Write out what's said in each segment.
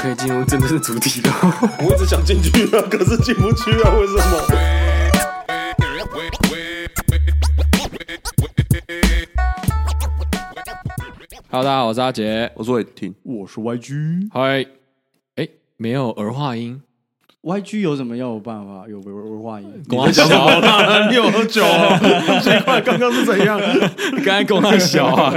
可以进入真正的主题了。 我一直想进去啊，可是进不去啊，为什么？ Hello，大家好，我是阿杰。我说你听我是 YG，YG 嗨，哎，没有儿化音，有什么要有办法？有文化音？公安小啊，你有喝酒？ 这块刚刚是怎样？刚才公安小 啊，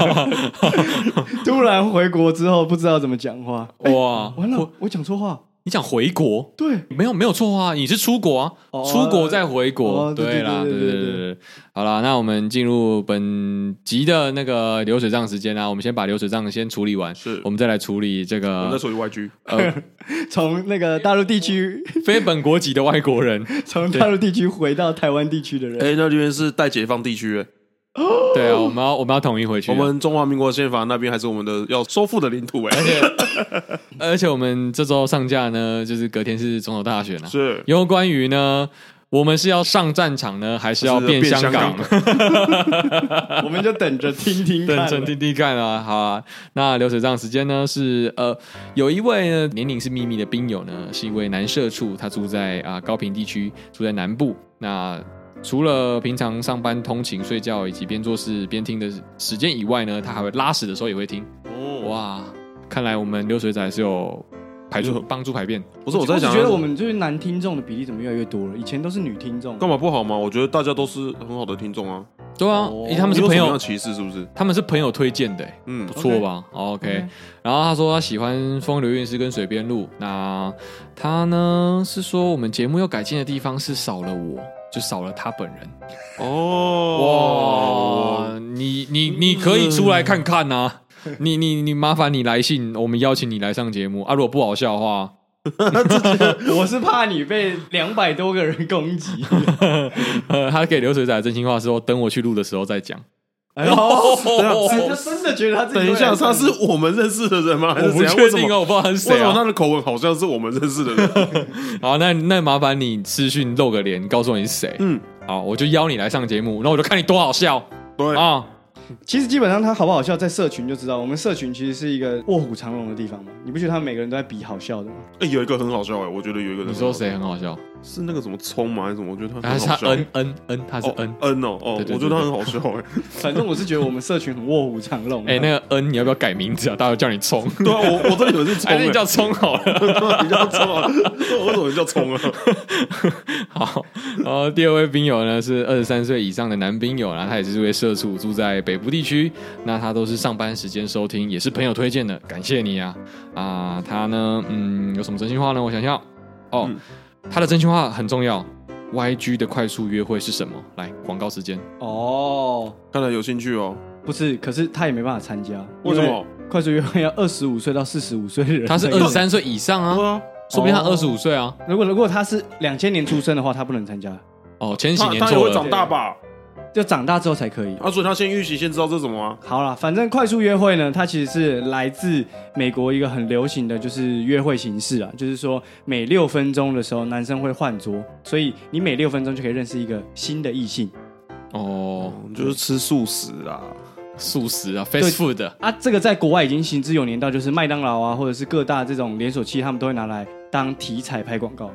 突然回国之后不知道怎么讲话，哇，完了，我讲错话。你想回国？对，没有没有错啊，你是出国啊，哦出国再回国，哦对对对啦，对对对对对对。好啦，那我们进入本集的那个流水账时间啦，啊我们先把流水账先处理完，是我们再来处理这我们在个属于 YG，呃 从那个大陆地区，非本国籍的外国 人，从大陆地区回到台湾地区的人，哎，那边是待解放地区，哎，对啊，我们要我们要统一回去我啊，们中华民国宪法那边还是我们的要收复的领土，哎，啊而且我们这周上架呢，就是隔天是总统大选啊， 是有关于呢，我们是要上战场呢，还是要还是变变香香港？我们就等着 听听认看。真听听看啊！好啊，那流水账时间呢是呃，有一位呢年龄是秘密的兵友呢，是一位男社畜，他住在啊、高平地区，住在南部。那除了平常上班通勤、睡觉以及边做事边听的时间以外呢，他还会拉屎的时候也会听。哦，哇，看来我们流水仔是有排除有帮助排便。不是我在只想觉，得我们就是男听众的比例怎么越来越多了？以前都是女听众，干嘛不好吗？我觉得大家都是很好的听众啊，对啊，哦因为他们是你有朋什么样友的，歧视是不是？他们是朋友推荐的欸、嗯不，错吧？OK，然哦后他说他喜欢风流韵事跟水边路。那他呢是说我们节目要改进的地方是少了我，就少了他本人。哦，哇，你你你可以出来看看呐、你你你麻烦你来信，我们邀请你来上节目啊！如果不好笑的话，我是怕你被两百多个人攻击。呃，他给流水仔的真心话说，等我去录的时候再讲。哎 呦，哎等一下就真的觉得他自己等一下，他是我们认识的人吗？还哦我不是怎样？确为什定么哦，我不知道他是为谁什么啊。他的口吻好像是我们认识的人？ 好，那那麻烦你私讯露个脸，告诉我你是谁。嗯，好，我就邀你来上节目，那我就看你多好笑对，啊！其实基本上他好不好笑，在社群就知道。我们社群其实是一个卧虎藏龙的地方嘛，你不觉得他们每个人都在比好笑的吗？哎，有一个很好笑哎，我觉得有一个你人很好笑说谁很好笑？是那个什么葱吗？还是什么？我觉得他他很是好他笑。哎 N N N，他是 N。哦 N 哦哦，对对对我觉得他很好笑哎。反正我是觉得我们社群很卧虎藏龙。啊哎，那个 N，你要不要改名字啊？大家叫你 冲，对啊，我我这里有是葱还是哎， 你叫葱好了。你叫葱啊？我怎么叫葱啊？好，然后第二位兵友呢是二十三岁以上的男兵友，然后他也是位社畜，住在北部地区。那他都是上班时间收听，也是朋友推荐的，感谢你啊啊！他呢，嗯，有什么真心话呢？我想想，哦嗯，他的真心话很重要。YG 的快速约会是什么？来，广告时间。哦，看来有兴趣哦。不是，可是他也没办法参加，为什么？？快速约会要二十五岁到四十五岁的人， 他是二十。三岁以上啊，对啊，说不定他二哦十五岁啊。如果如果他是两千年出生的话，他不能参加，哦，前几他年他也做会了。长大吧？就长大之后才可以。啊，所以他先预习，先知道这是什么啊？好啦，反正快速约会呢，它其实是来自美国一个很流行的就是约会形式啊，就是说每六分钟的时候男生会换桌，所以你每六分钟就可以认识一个新的异性哦，嗯就是吃素食啦。素食啊，fast food 啊啊。这个在国外已经行之有年，到就是麦当劳啊，或者是各大这种连锁企，他们都会拿来当题材拍广告。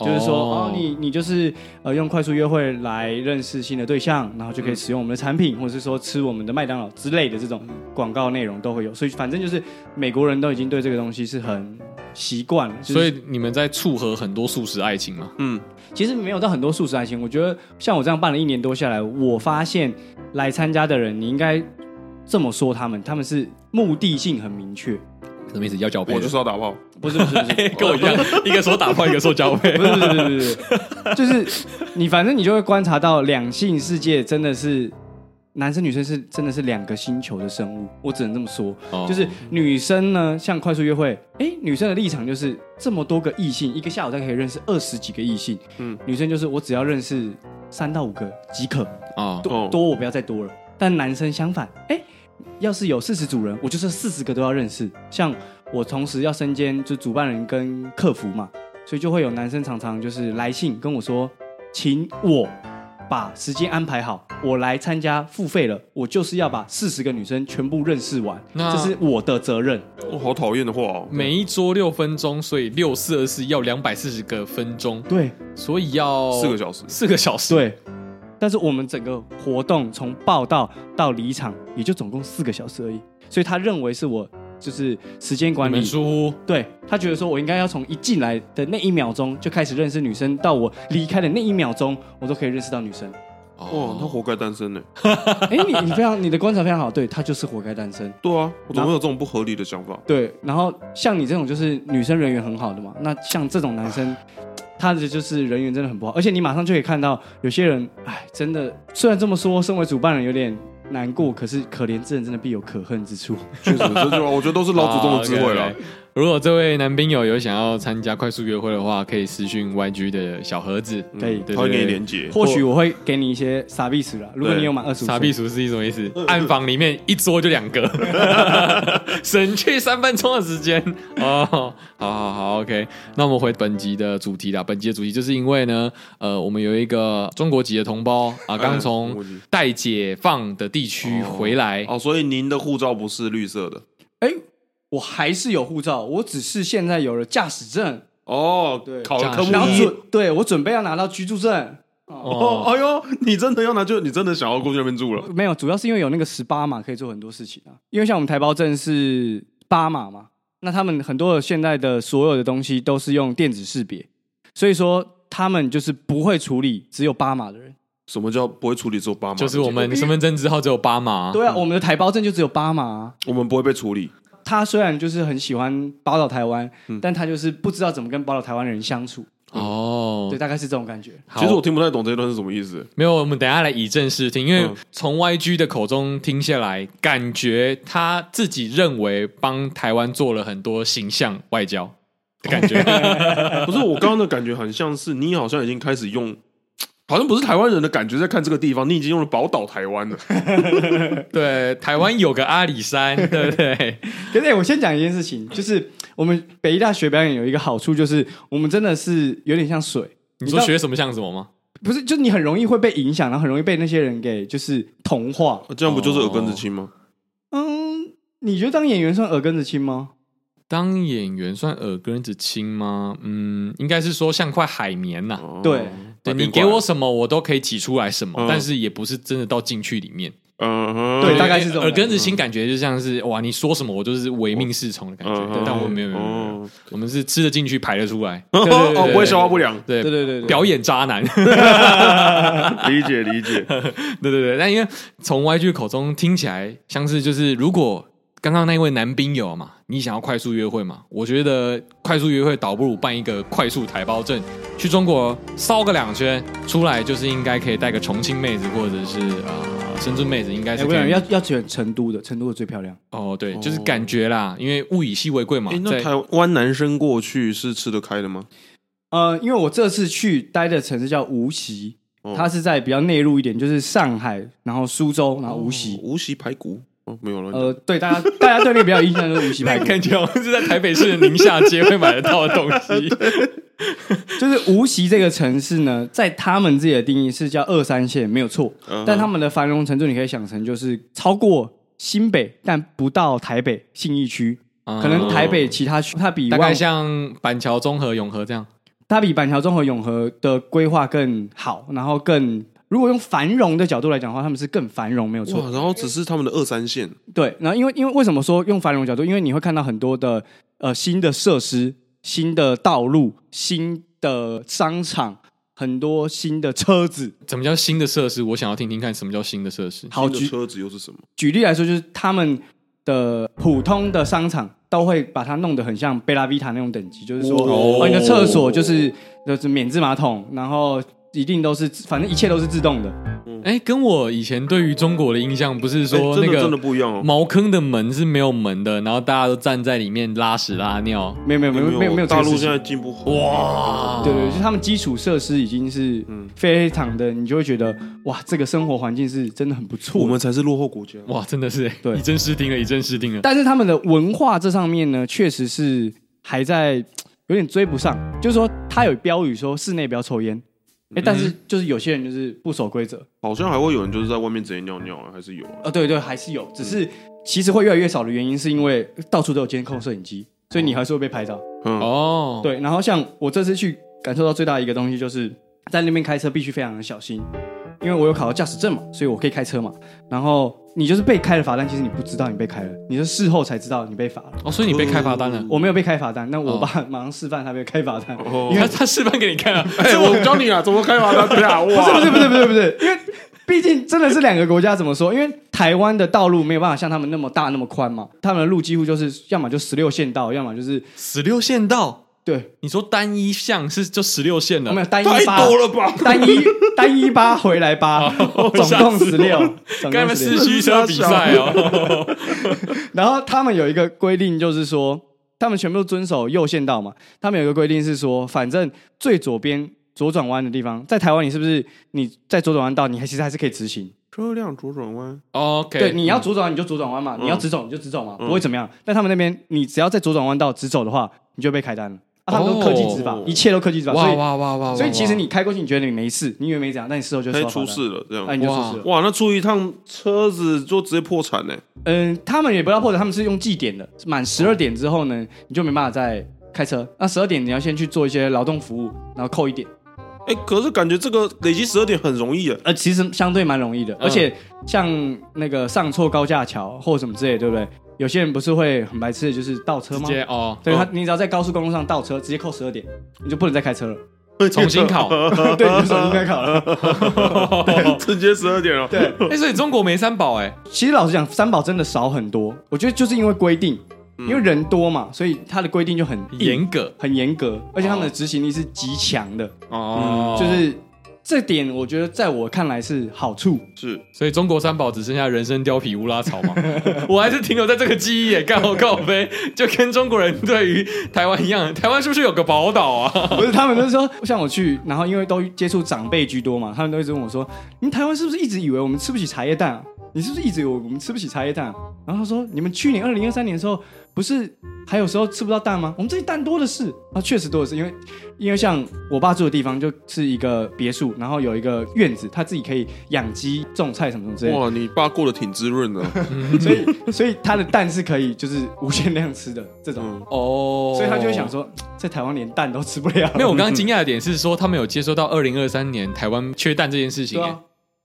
就是说，哦，你你就是呃用快速约会来认识新的对象，然后就可以使用我们的产品，或者是说吃我们的麦当劳之类的这种广告内容都会有。所以反正就是美国人都已经对这个东西是很习惯了。就是、所以你们在促合很多素食爱情嘛？嗯，其实没有到很多素食爱情，我觉得像我这样办了一年多下来，我发现来参加的人，你应该这么说他们，他们是目的性很明确，什么意思？要交哦 我就是要打炮。不是不是不是。哎跟我一样， 一个说打炮，一个说交配 不。是不是不是不是， 就是你反正你就会观察到两性世界真的是男生女生是真的是两个星球的生物，我只能这么说。哦就是女生呢，像快速约会，哎，女生的立场就是这么多个异性，一个下午大概可以认识二十几个异性。嗯嗯，女生就是我只要认识三到五个即可，哦，哦多多我不要再多了。但男生相反，哎，要是有四十组人，我就是四十个都要认识。像我同时要身兼就主办人跟客服嘛，所以就会有男生常常就是来信跟我说，请我把时间安排好，我来参加付费了，我就是要把四十个女生全部认识完，那这是我的责任。我好讨厌的话哦，每一桌六分钟，所以六四二四要两百四十个分钟，对所以要四个小时四个小时。对，但是我们整个活动从报道到离场也就总共四个小时而已，所以他认为是我就是时间管你理们疏忽，对他觉得说，我应该要从一进来的那一秒钟就开始认识女生，到我离开的那一秒钟，我都可以认识到女生。哦，他活该单身呢。哎，你你非常你的观察非常好，对他就是活该单身。对啊，我怎么会有这种不合理的想法？对，然后像你这种就是女生人缘很好的嘛，那像这种男生，他的就是人缘真的很不好，而且你马上就可以看到有些人，哎，真的虽然这么说，身为主办人有点难过，可是可怜之人真的必有可恨之处。确实，这句话我觉得都是老祖宗的智慧嗯好了哦啊，OK，OK。如果这位男兵友有想要参加快速约会的话，可以私讯 YG 的小盒子。嗯可以对他会给你对连接。或许我会给你一些傻逼死啦，如果你有满二十五，傻避暑是一种意思，暗房里面一桌就两个，省去三分钟的时间哦。好好好，OK，那我们回本集的主题啦。本集的主题就是因为呢，呃，我们有一个中国籍的同胞啊，刚中从国籍待解放的地区回来，哦，所以您的护照不是绿色的哎，我还是有护照，我只是现在有了驾驶证，哦对，考了科目这然后样一是准对我准备要拿到居住证，哦，哎呦，你真的要拿就你真的想要过去那边住了没有，主要是因为有那个十八码可以做很多事情啊。因为像我们台胞证是八码嘛，那他们很多的现在的所有的东西都是用电子识别，所以说他们就是不会处理只有八码的人。什么叫不会处理只有八码？就是我们身份证字号只有八码，对啊，我们的台胞证就只有八码、啊。我们不会被处理，他虽然就是很喜欢报道台湾，但他就是不知道怎么跟报道台湾人相处，哦对，，大概是这种感觉。好其实我听不太懂这一段是什么意思。没有，我们等一下来以正视听，因为嗯从 YG 的口中听下来，感觉他自己认为帮台湾做了很多形象外交的感觉。哎不是我刚刚的感觉，很像是你好像已经开始用，好像不是台湾人的感觉，在看这个地方，你已经用了宝岛台湾了。对，台湾有个阿里山，对不对？可是、欸我先讲一件事情，就是我们北医大学表演有一个好处，就是我们真的是有点像水。你知说道学什么像什么吗？不是，就你很容易会被影响，然后很容易被那些人给就是同化。这样不就是耳根子清吗？嗯，你觉得当演员算耳根子清吗？当演员算耳根子清吗？嗯，应该是说像块海绵呐、哦对对你给我，什么，我都可以挤出来什么，嗯但是也不是真的到进去里面。嗯哼，对大概是这种耳根子清，感觉就像是哇，你说什么我就是唯命是从的感觉。嗯对嗯但我没有，没有没有没有哦我们是吃得进去，排得出来。对对 对哦，不会消化不良，对嗯对对对对表演渣男。 理解理 解。对对对，但因为从 YG 口中听起来，像是就是如果刚刚那位男兵友嘛，你想要快速约会嘛，我觉得快速约会倒不如办一个快速台胞证，去中国烧个两圈，出来就是应该可以带个重庆妹子或者是呃深圳妹子，应该哎、是我可跟你讲，以。要要选成都的，成都的最漂亮。哦，对，就是感觉啦，因为物以稀为贵嘛哎，，那在台湾男生过去是吃得开的吗？呃，因为我这次去待的城市叫无锡，哦它是在比较内陆一点，就是上海，然后苏州，然后哎无哦锡。无锡排骨哦，没有了。呃，对，大家大家对那个比较有印象就是无锡那排骨， 感觉好像是在台北市的宁夏街会买得到的东 西。就是无锡这个城市呢，在他们自己的定义是叫二三线，没有错。嗯但他们的繁荣程度，你可以想成就是超过新北，但不到台北信义区。可能台北其他区，它比嗯大万概像板桥、综合、永和这样。它比板桥综合永和的规划更好，然后更如果用繁荣的角度来讲的话，他们是更繁荣，没有错。哇，然后只是他们的二三线，对，然后因为因为为什么说用繁荣角度？因为你会看到很多的呃新的设施、新的道路、新的商场，很多新的车子。怎么叫新的设施？我想要听听看什么叫新的设施。好新举的车子又是什么？举例来说，就是他们的普通的商场都会把它弄得很像贝拉维塔那种等级，就是说，哦哦，你的厕所就是就是免治马桶，然后一定都是，反正一切都是自动的。哎，跟我以前对于中国的印象，不是说哎那真的真个的不一样哦。茅坑的门是没有门的，然后大家都站在里面拉屎拉尿。没有没有没有没有没有这大个陆事现情。在进步好哇，对对，对就是他们基础设施已经是非常的，你就会觉得哇，这个生活环境是真的很不错。我们才是落后国家。哇，真的是哎对以正视听了，以正视听了。但是他们的文化这上面呢，确实是还在有点追不上。就是说，他有标语说室内不要抽烟，哎，但是就是有些人就是不守规则，好像还会有人就是在外面直接尿尿，还是有啊。呃，对对，还是有，只是其实会越来越少的原因是因为到处都有监控摄影机，所以你还是会被拍到。嗯，哦，对，然后像我这次去感受到最大一个东西，就是在那边开车必须非常的小心，因为我有考到驾驶证嘛，所以我可以开车嘛。然后你就是被开了罚单，其实你不知道你被开了，你是事后才知道你被罚了。哦，所以你被开罚单了。我没有被开罚单，那我爸马上示范他被开罚单。哦你看他示范给你看啊， 哎，我教你啊，怎么开罚单？对啊，不是不哇，是不是不是不是，因为毕竟真的是两个国家怎么说？因为台湾的道路没有办法像他们那么大那么宽嘛，他们的路几乎就是要么就十六线道，要么就是十六线道，对，你说单一项是就十六线哦我们了，有单太一八多了吧？单一单一八回来八，总共十六，总跟他共们十四六。驱车比 赛啊 哦。然后他们有一个规定，就是说他们全部遵守右线道嘛。他们有一个规定是说，反正最左边左转弯的地方，在台湾你是不是你在左转弯道，你还其实还是可以直行。车辆左转弯，哦 OK，嗯对，你要左转弯你就左转弯嘛，你要直走你就直走嘛，不会怎么样。但他们那边你只要在左转弯道直走的话，你就被开单了。啊，他们都科技执法哦，一切都科技执法，哇所哇哇哇哇！以所以其实你开过去，你觉得你没事，你以为没怎样，但你事后就他收到罚出单，事了，这样那。你就出事了。哇，那出一趟车子就直接破产呢。嗯，他们也不要破的，他们是用计点的，满十二点之后呢，你就没办法再开车。那十二点你要先去做一些劳动服务，然后扣一点。哎，可是感觉这个累积十二点很容易哎。呃，其实相对蛮容易嗯的，而且像那个上错高架桥或什么之类，对不对？有些人不是会很白痴的，就是倒车直吗？接哦，对他嗯，你只要在高速公路上倒车，直接扣十二点，你就不能再开车 了。重新考。哦对，你就重新开考了。 直接十二点了。哦对，哎，所以中国没三宝哎，其实老实讲，三宝真的少很多。我觉得就是因为规定，因为人多嘛，所以它的规定就很 硬嗯严格很严格，而且他们的执行力是极强的，哦，就是这点我觉得在我看来是好处。是所以中国三宝只剩下人参、貂皮、乌拉 草嘛。我还是停留在这个记忆耶，干好告呗，就跟中国人对于台湾一样， 台湾是不是有个宝岛啊？ 不是他们就是说，像我去，然后因为都接触长辈居多嘛，他们都一直问我说：“你们台湾是不是一直以为我们吃不起茶叶蛋啊？你是不是一直以为我们吃不起茶叶蛋、啊？”然后他说：“你们去年二零二三年的时候，不是还有时候吃不到蛋吗？我们这里蛋多的是啊，确实多的是，因为因为像我爸住的地方就是一个别墅，然后有一个院子，他自己可以养鸡、种菜什么什么之类的。哇，你爸过得挺滋润的。 所以所以它的蛋是可以就是无限量吃的这种，嗯，哦所以他就会想。说，在台湾连蛋都吃不了。没有，我刚刚惊讶的点是说，他们有接收到二零二三年台湾缺蛋这件事情对耶。啊，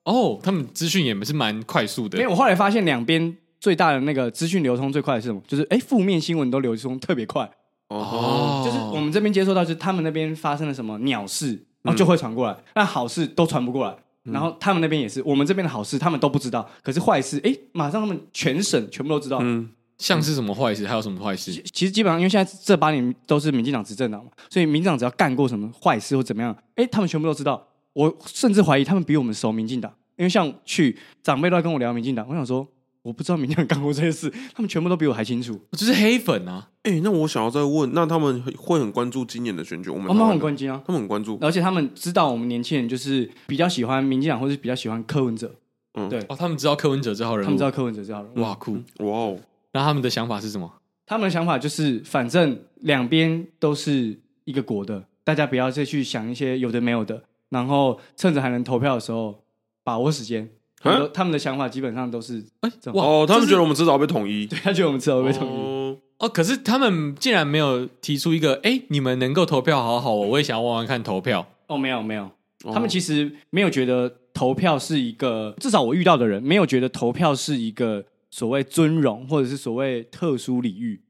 哦，他们资讯也是蛮快速的没。有。我后来发现两边最大的那个资讯流通最快的是什么？就是哎，负面新闻都流通特别快，哦，就是我们这边接收到，就是他们那边发生了什么鸟事，然后就会传过来，但好事都传不过来。然后他们那边也是，我们这边的好事他们都不知道，可是坏事，哎，马上他们全省全部都知道。嗯，像是什么坏事，还有什么坏事其？其实基本上，因为现在这八年都是民进党执政党嘛，所以民进党只要干过什么坏事或怎么样，哎，他们全部都知道。我甚至怀疑他们比我们熟民进党，因为像去长辈都在跟我聊民进党，我想说我不知道民进党干过这些事， 他们全部都比我还清楚。就是黑粉啊，哎，那我想要再问，那他们会很关注今年的选举？我们我们很台湾的，关心啊，他们很关注。而且他们知道我们年轻人就是比较喜欢民进党，或是比较喜欢柯文哲，嗯对，哦，他们知道柯文哲这号人他物，们知道柯文哲这样。哇，哇酷。哇哦，那他们的想法是什么？他们的想法就是，反正两边都是一个国的，大家不要再去想一些有的没有的，然后趁着还能投票的时候把握时间。他嗯们都他们的想法基本上都是，哎怎，么哇哦，他们这是觉得我们迟早被统一。对他觉得我们迟早会被统一。哦哦，可是他们竟然没有提出一个，哎，你们能够投票，好好哦，我也想要玩玩看投票。哦，没有没有，哦他们其实没有觉得投票是一个，至少我遇到的人没有觉得投票是一个所谓尊荣或者是所谓特殊礼遇，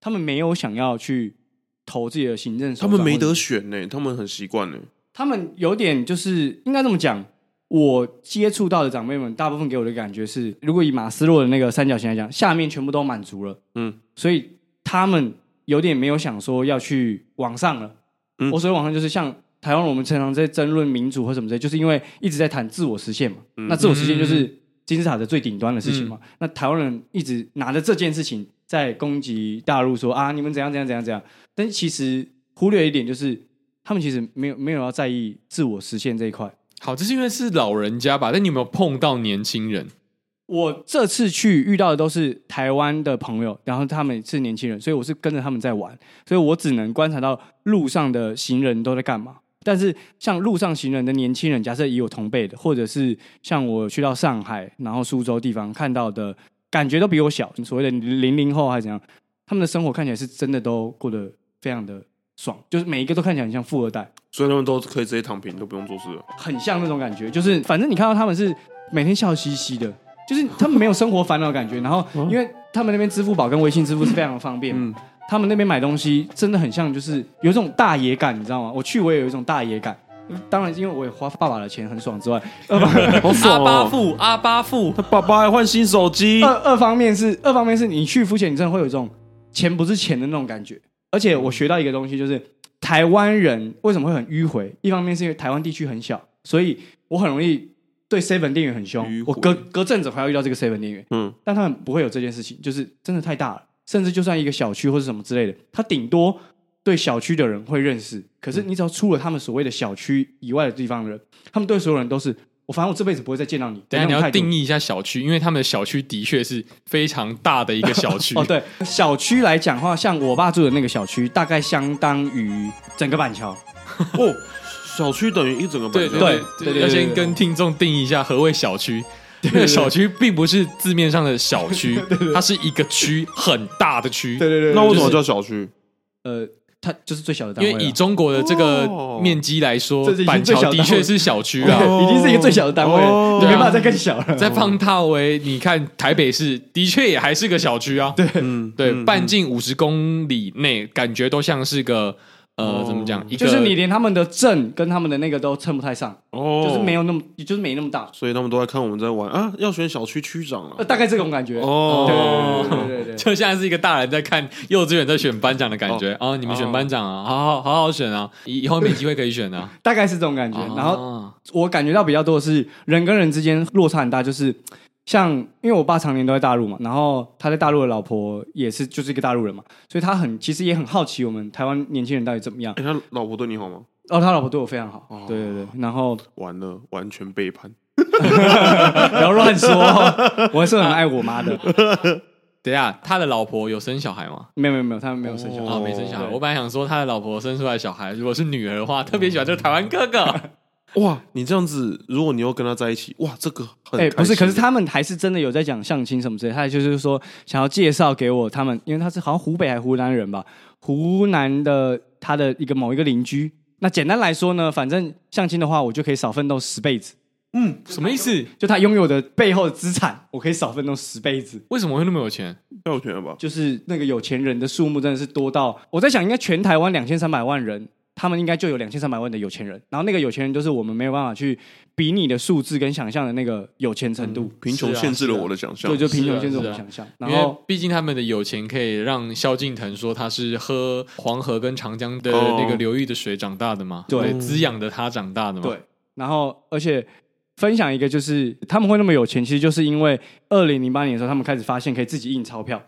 他们没有想要去投自己的行政手他段，们没或者得选呢，他们很习惯呢。他们有点就是应该这么讲，我接触到的长辈们，大部分给我的感觉是，如果以马斯洛的那个三角形来讲，下面全部都满足了，嗯，所以他们有点没有想说要去往上了。嗯我所谓往上就是像台湾我们常常在争论民主或什么之类，就是因为一直在谈自我实现嘛。嗯那自我实现就是金字塔的最顶端的事情嘛。那台湾人一直拿着这件事情在攻击大陆说啊，你们怎样怎样怎样怎样，但其实忽略一点就是。他们其实没有没有要在意自我实现这一块。好，这是因为是老人家吧？但你有没有碰到年轻人？我这次去遇到的都是台湾的朋友，然后他们是年轻人，所以我是跟着他们在玩，所以我只能观察到路上的行人都在干嘛。但是像路上行人的年轻人，假设以我同辈的，或者是像我去到上海、然后苏州地方看到的，感觉都比我小，所谓的零零后还是怎样，他们的生活看起来是真的都过得非常的爽，就是每一个都看起来很像富二代，所以他们都可以直接躺平，都不用做事了。很像那种感觉，就是反正你看到他们是每天笑嘻嘻的，就是他们没有生活烦恼的感觉。然后，因为他们那边支付宝跟微信支付是非常的方便，嗯他们那边买东西真的很像，就是有一种大爷感，你知道吗？我去我也有一种大爷感。当然，因为我也花爸爸的钱很爽之外，二方好阿爽巴哦！富，阿巴富，他爸爸还换新手机二，二方面是二方面是你去浮潜，你真的会有一种钱不是钱的那种感觉。而且我学到一个东西，就是台湾人为什么会很迂回？一方面是因为台湾地区很小，所以我很容易对 seven 店员很凶迂回。我隔隔阵子还要遇到这个 seven 店员，嗯，但他们不会有这件事情，就是真的太大了。甚至就算一个小区或是什么之类的，他顶多对小区的人会认识，可嗯是你只要出了他们所谓的小区以外的地方的人，他们对所有人都是我，反正我这辈子不会再见到你。等一下你要定义义一下小区，因为他们的小区的确是非常大的一个小区。哦，对，小区来讲的话，像我爸住的那个小区，大概相当于整个板桥。哦，小区等于一整个对板对对桥对对对要对先对跟听众定义一下何谓小区。那个小区并不是字面上的小区，它是一个区，很大的区。对对那为什么叫小区？呃，它就是最小的单位啊因了，为以中国的这个哦面积来说这已，经板最小桥的单位确是小区对 啊。哦已经是一个最小的单位了，哦你没办法再更小 了。 再放大为你看台北市，的确也还是个小区啊。对嗯，对，嗯半径五十公里内，感觉都像是个呃，哦怎么讲？一个就是你连他们的镇跟他们的那个都称不太上，哦，就是没有那么，就是没那么大，所以他们都在看我们在玩啊，要选小区区长啊呃，了。大概这种感觉。哦，对对对 对对就像是一个大人在看幼稚园在选班长的感觉哦你们选班长啊，好好好好选啊，以以后没机会可以选 啊。大概是这种感觉。然后哦我感觉到比较多的是人跟人之间落差很大，就是像因为我爸常年都在大陆嘛，然后他在大陆的老婆也是就是一个大陆人嘛，所以他很其实也很好奇我们台湾年轻人到底怎么样。哎，他老婆对你好吗？哦，他老婆对我非常好，哦对对对，然后完了，完全背叛。不要乱说，我还是很爱我妈 的。等一下，啊他的老婆有生小孩吗？没有没有没有，他们没有生小孩。啊、没生小孩。哦对我本来想说，他的老婆生出来的小孩，如果是女儿的话，特别喜欢这个台湾哥哥。哇，你这样子，如果你又跟他在一起，哇，这个很哎、不是，开心可是他们还是真的有在讲相亲什么之类，他就是说想要介绍给我他们，因为他是好像湖北还是湖南人吧，湖南的他的一个某一个邻居。那简单来说呢，反正相亲的话，我就可以少奋斗十辈子，嗯什么意思？就他拥有的背后的资产，我可以少奋斗十辈子。为什么会那么有钱？要有钱了吧？就是那个有钱人的数目真的是多到，我在想，应该全台湾两千三百万人，他们应该就有两千三百万的有钱人，然后那个有钱人就是我们没有办法去比拟的数字跟想象的那个有钱程度，嗯贫穷限制了我的想象啊对，。就贫穷是啊限制我是们啊想象。因然为后毕竟他们的有钱可以让萧敬腾说他是喝黄河跟长江的哦那个流域的水长大的嘛，对滋养的他长大的嘛。对，然后而且分享一个就是他们会那么有钱，其实就是因为二零零八年的时候，他们开始发现可以自己印钞票。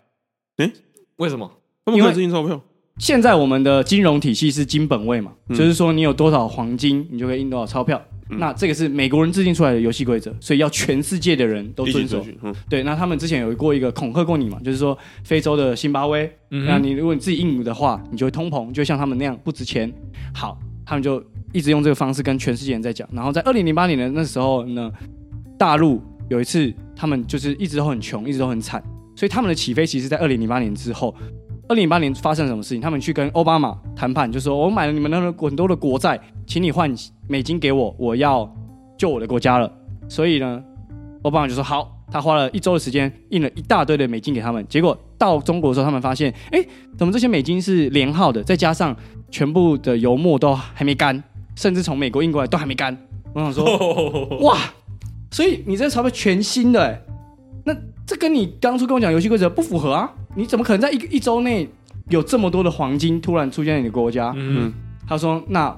为什么？他们可以印钞票，现在我们的金融体系是金本位嘛，嗯就是说你有多少黄金，你就可以印多少钞票。那这个是美国人制定出来的游戏规则，所以要全世界的人都一起遵守出。去。嗯，对，那他们之前有过一个恐吓过你嘛，就是说非洲的辛巴威，嗯哼那你如果你自己印的话，你就会通膨，就像他们那样不值钱。好，他们就一直用这个方式跟全世界人在讲。然后在二零零八年的那时候呢，大陆有一次他们就是一直都很穷，一直都很惨，所以他们的起飞其实在二零零八年之后。二零零八年发生了什么事情？他们去跟奥巴马谈判，就说我买了你们那个很多的国债，请你换美金给我，我要救我的国家了。所以呢，奥巴马就说好，他花了一周的时间印了一大堆的美金给他们。结果到中国的时候，他们发现，哎，怎么这些美金是连号的？再加上全部的油墨都还没干，甚至从美国印过来都还没干。我 想说，哇，所以你这钞票全新的、诶那这跟你当初跟我讲游戏规则不符合啊！你怎么可能在一个一周内有这么多的黄金突然出现在你的国家？嗯，他说：“那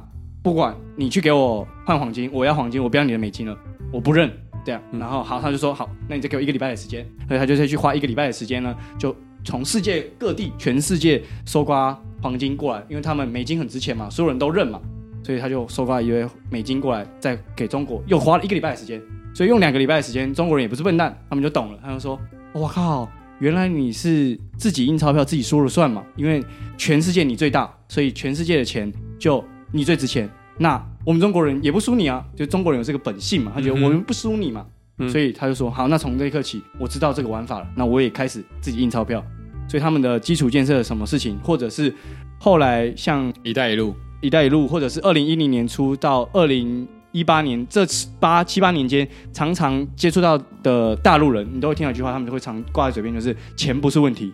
不管你去给我换黄金，我要黄金，我不要你的美金了，我不认。”这样，然后好，他就说：“好，那你再给我一个礼拜的时间。”所以他就再去花一个礼拜的时间呢，就从世界各地、全世界搜刮黄金过来，因为他们美金很值钱嘛，所有人都认嘛，所以他就搜刮一堆美金过来，再给中国，又花了一个礼拜的时间。所以用两个礼拜的时间，中国人也不是笨蛋，他们就懂了。他们说：“我靠，原来你是自己印钞票自己说了算嘛？因为全世界你最大，所以全世界的钱就你最值钱。那我们中国人也不输你啊，就中国人有这个本性嘛，他觉得嗯哼我们不输你嘛，嗯所以他就说好，那从这一刻起，我知道这个玩法了，那我也开始自己印钞票。所以他们的基础建设什么事情，或者是后来像“一带一路“一带一路”，或者是二零一零年初到二零一八年这八七八年间，常常接触到的大陆人，你都会听到一句话，他们就会常挂在嘴边，就是钱不是问题，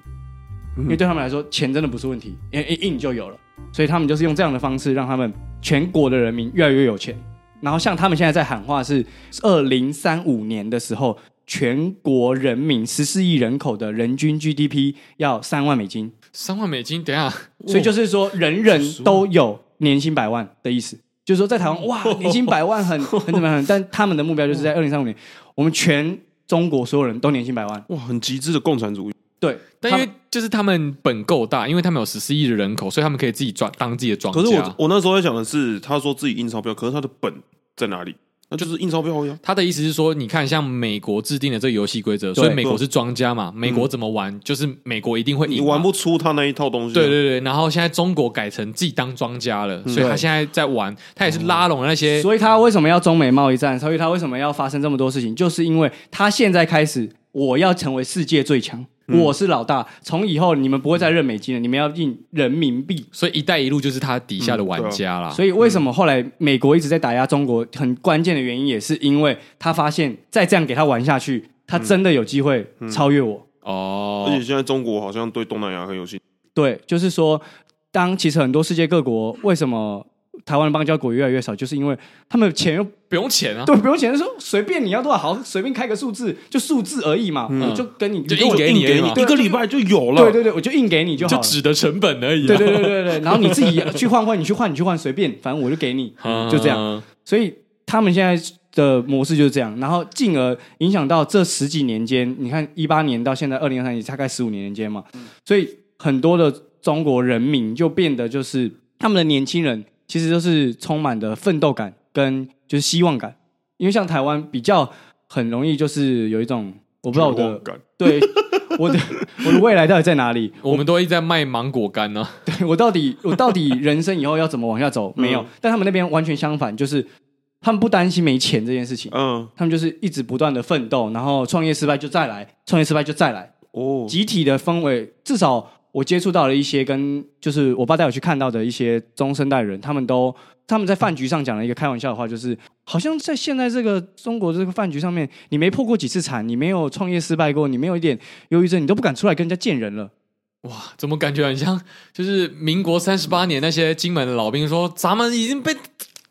嗯因为对他们来说，钱真的不是问题，因为一印就有了，所以他们就是用这样的方式，让他们全国的人民越来越有钱。然后像他们现在在喊话是二零三五年的时候，全国人民十四亿人口的人均 GDP 要三万美金。”，三万美金，等一下， 所以就是说，人人都有年薪百万的意思，就是说在台 湾哇，年薪百万很很怎么样，很但他们的目标就是在二零三五年，我们全中国所有人都年薪百万。哇，很极致的共产主义。对，但因为就是他们本够大，因为他们有十四亿的人口，所以他们可以自己装当自己的庄可家。是我我那时候在想的是，他说自己印钞票，可是他的本在哪里？那就是印钞票呀。他的意思是说，你看，像美国制定的这个游戏规则，对嗯所以美国是庄家嘛，美国怎么玩，就是美国一定会赢嘛。你玩不出他那一套东西啊。对对对，然后现在中国改成自己当庄家了，嗯所以他现在在玩，他也是拉拢那些所以他为什么要中美贸易战？所以他为什么要发生这么多事情？就是因为他现在开始，我要成为世界最强，我是老大。从以后你们不会再认美金了，你们要印人民币。所以“一带一路”就是他底下的玩家啦。所以为什么后来美国一直在打压中国？很关键的原因也是因为他发现，再这样给他玩下去，他真的有机会超越我。而哦且，现在中国好像对东南亚很有兴趣。对，就是说，当其实很多世界各国为什么台湾的邦交国越来越少，就是因为他们钱又不用钱啊，对不用钱，说随便你要多少，好随便开个数字，就数字而已嘛，我就跟你嗯就跟硬我给你而已嘛一个礼拜就有了。对对对，我就硬给你就好就了。纸的成本而已、啊。对对 对对对，然后你自己去换换，你去换你去换，随便，反正我就 给你，啊就这样。样。所以他们现在的模式就是这样，然后进而影响到这十几年间，你看一八年到现在二零二三年，大概十五年间嘛，所以很多的中国人民就变得就是他们的年轻人其实都是充满的奋斗感跟就是希望感，因为像台湾比较很容易就是有一种我不知道我绝望的感对我的我的未来到底在哪里，我们都一直在卖芒果干呢、 我到底我到底人生以后要怎么往下走？没有嗯，但他们那边完全相反，就是他们不担心没钱这件事情，嗯，他们就是一直不断的奋斗，然后创业失败就再来，创业失败就再来，哦，集体的氛围，至少我接触到了一些跟就是我爸带我去看到的一些中生代人，他们都他们在饭局上讲了一个开玩笑的话，就是好像在现在这个中国这个饭局上面，你没破过几次产，你没有创业失败过，你没有一点忧郁症，你都不敢出来跟人家见人了。哇，怎么感觉很像？就是民国三十八年那些金门的老兵说，咱们已经被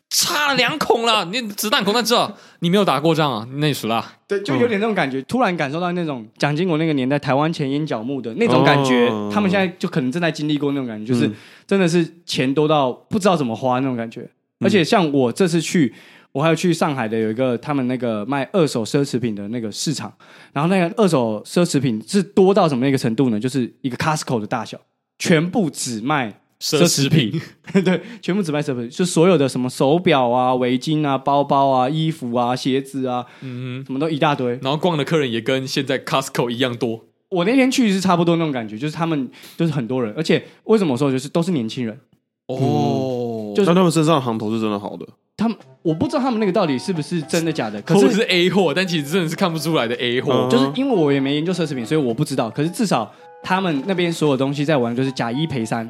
插了两孔了， 你子弹孔在这，你没有打过仗啊，那你输了啊。对，就嗯有点那种感觉，突然感受到那种蒋经国那个年代台湾前烟角木的那种感觉，哦他们现在就可能正在经历过那种感觉，就是嗯真的是钱多到不知道怎么花那种感觉。嗯而且像我这次去，我还有去上海的有一个他们那个卖二手奢侈品的那个市场，然后那个二手奢侈品是多到什么那个程度呢？就是一个 Costco 的大小，全部只卖奢侈品， 对，全部只卖奢侈品，就所有的什么手表啊、围巾啊、包包啊、衣服啊、鞋子啊，嗯，什么都一大 堆。然后逛的客人也跟现在 Costco 一样多，我那天去是差不多那种感觉，就是他们就是很多人，而且为什么我说就是都是年轻人，嗯哦，就是但他们身上的行头是真的好的。他们我不知道他们那个到底是不是真的 假的，可或者是是 A 货，但其实真的是看不出来的 A 货。嗯就是因为我也没研究奢侈品，所以我不知道。可是至少他们那边所有东西在玩就是假一赔三，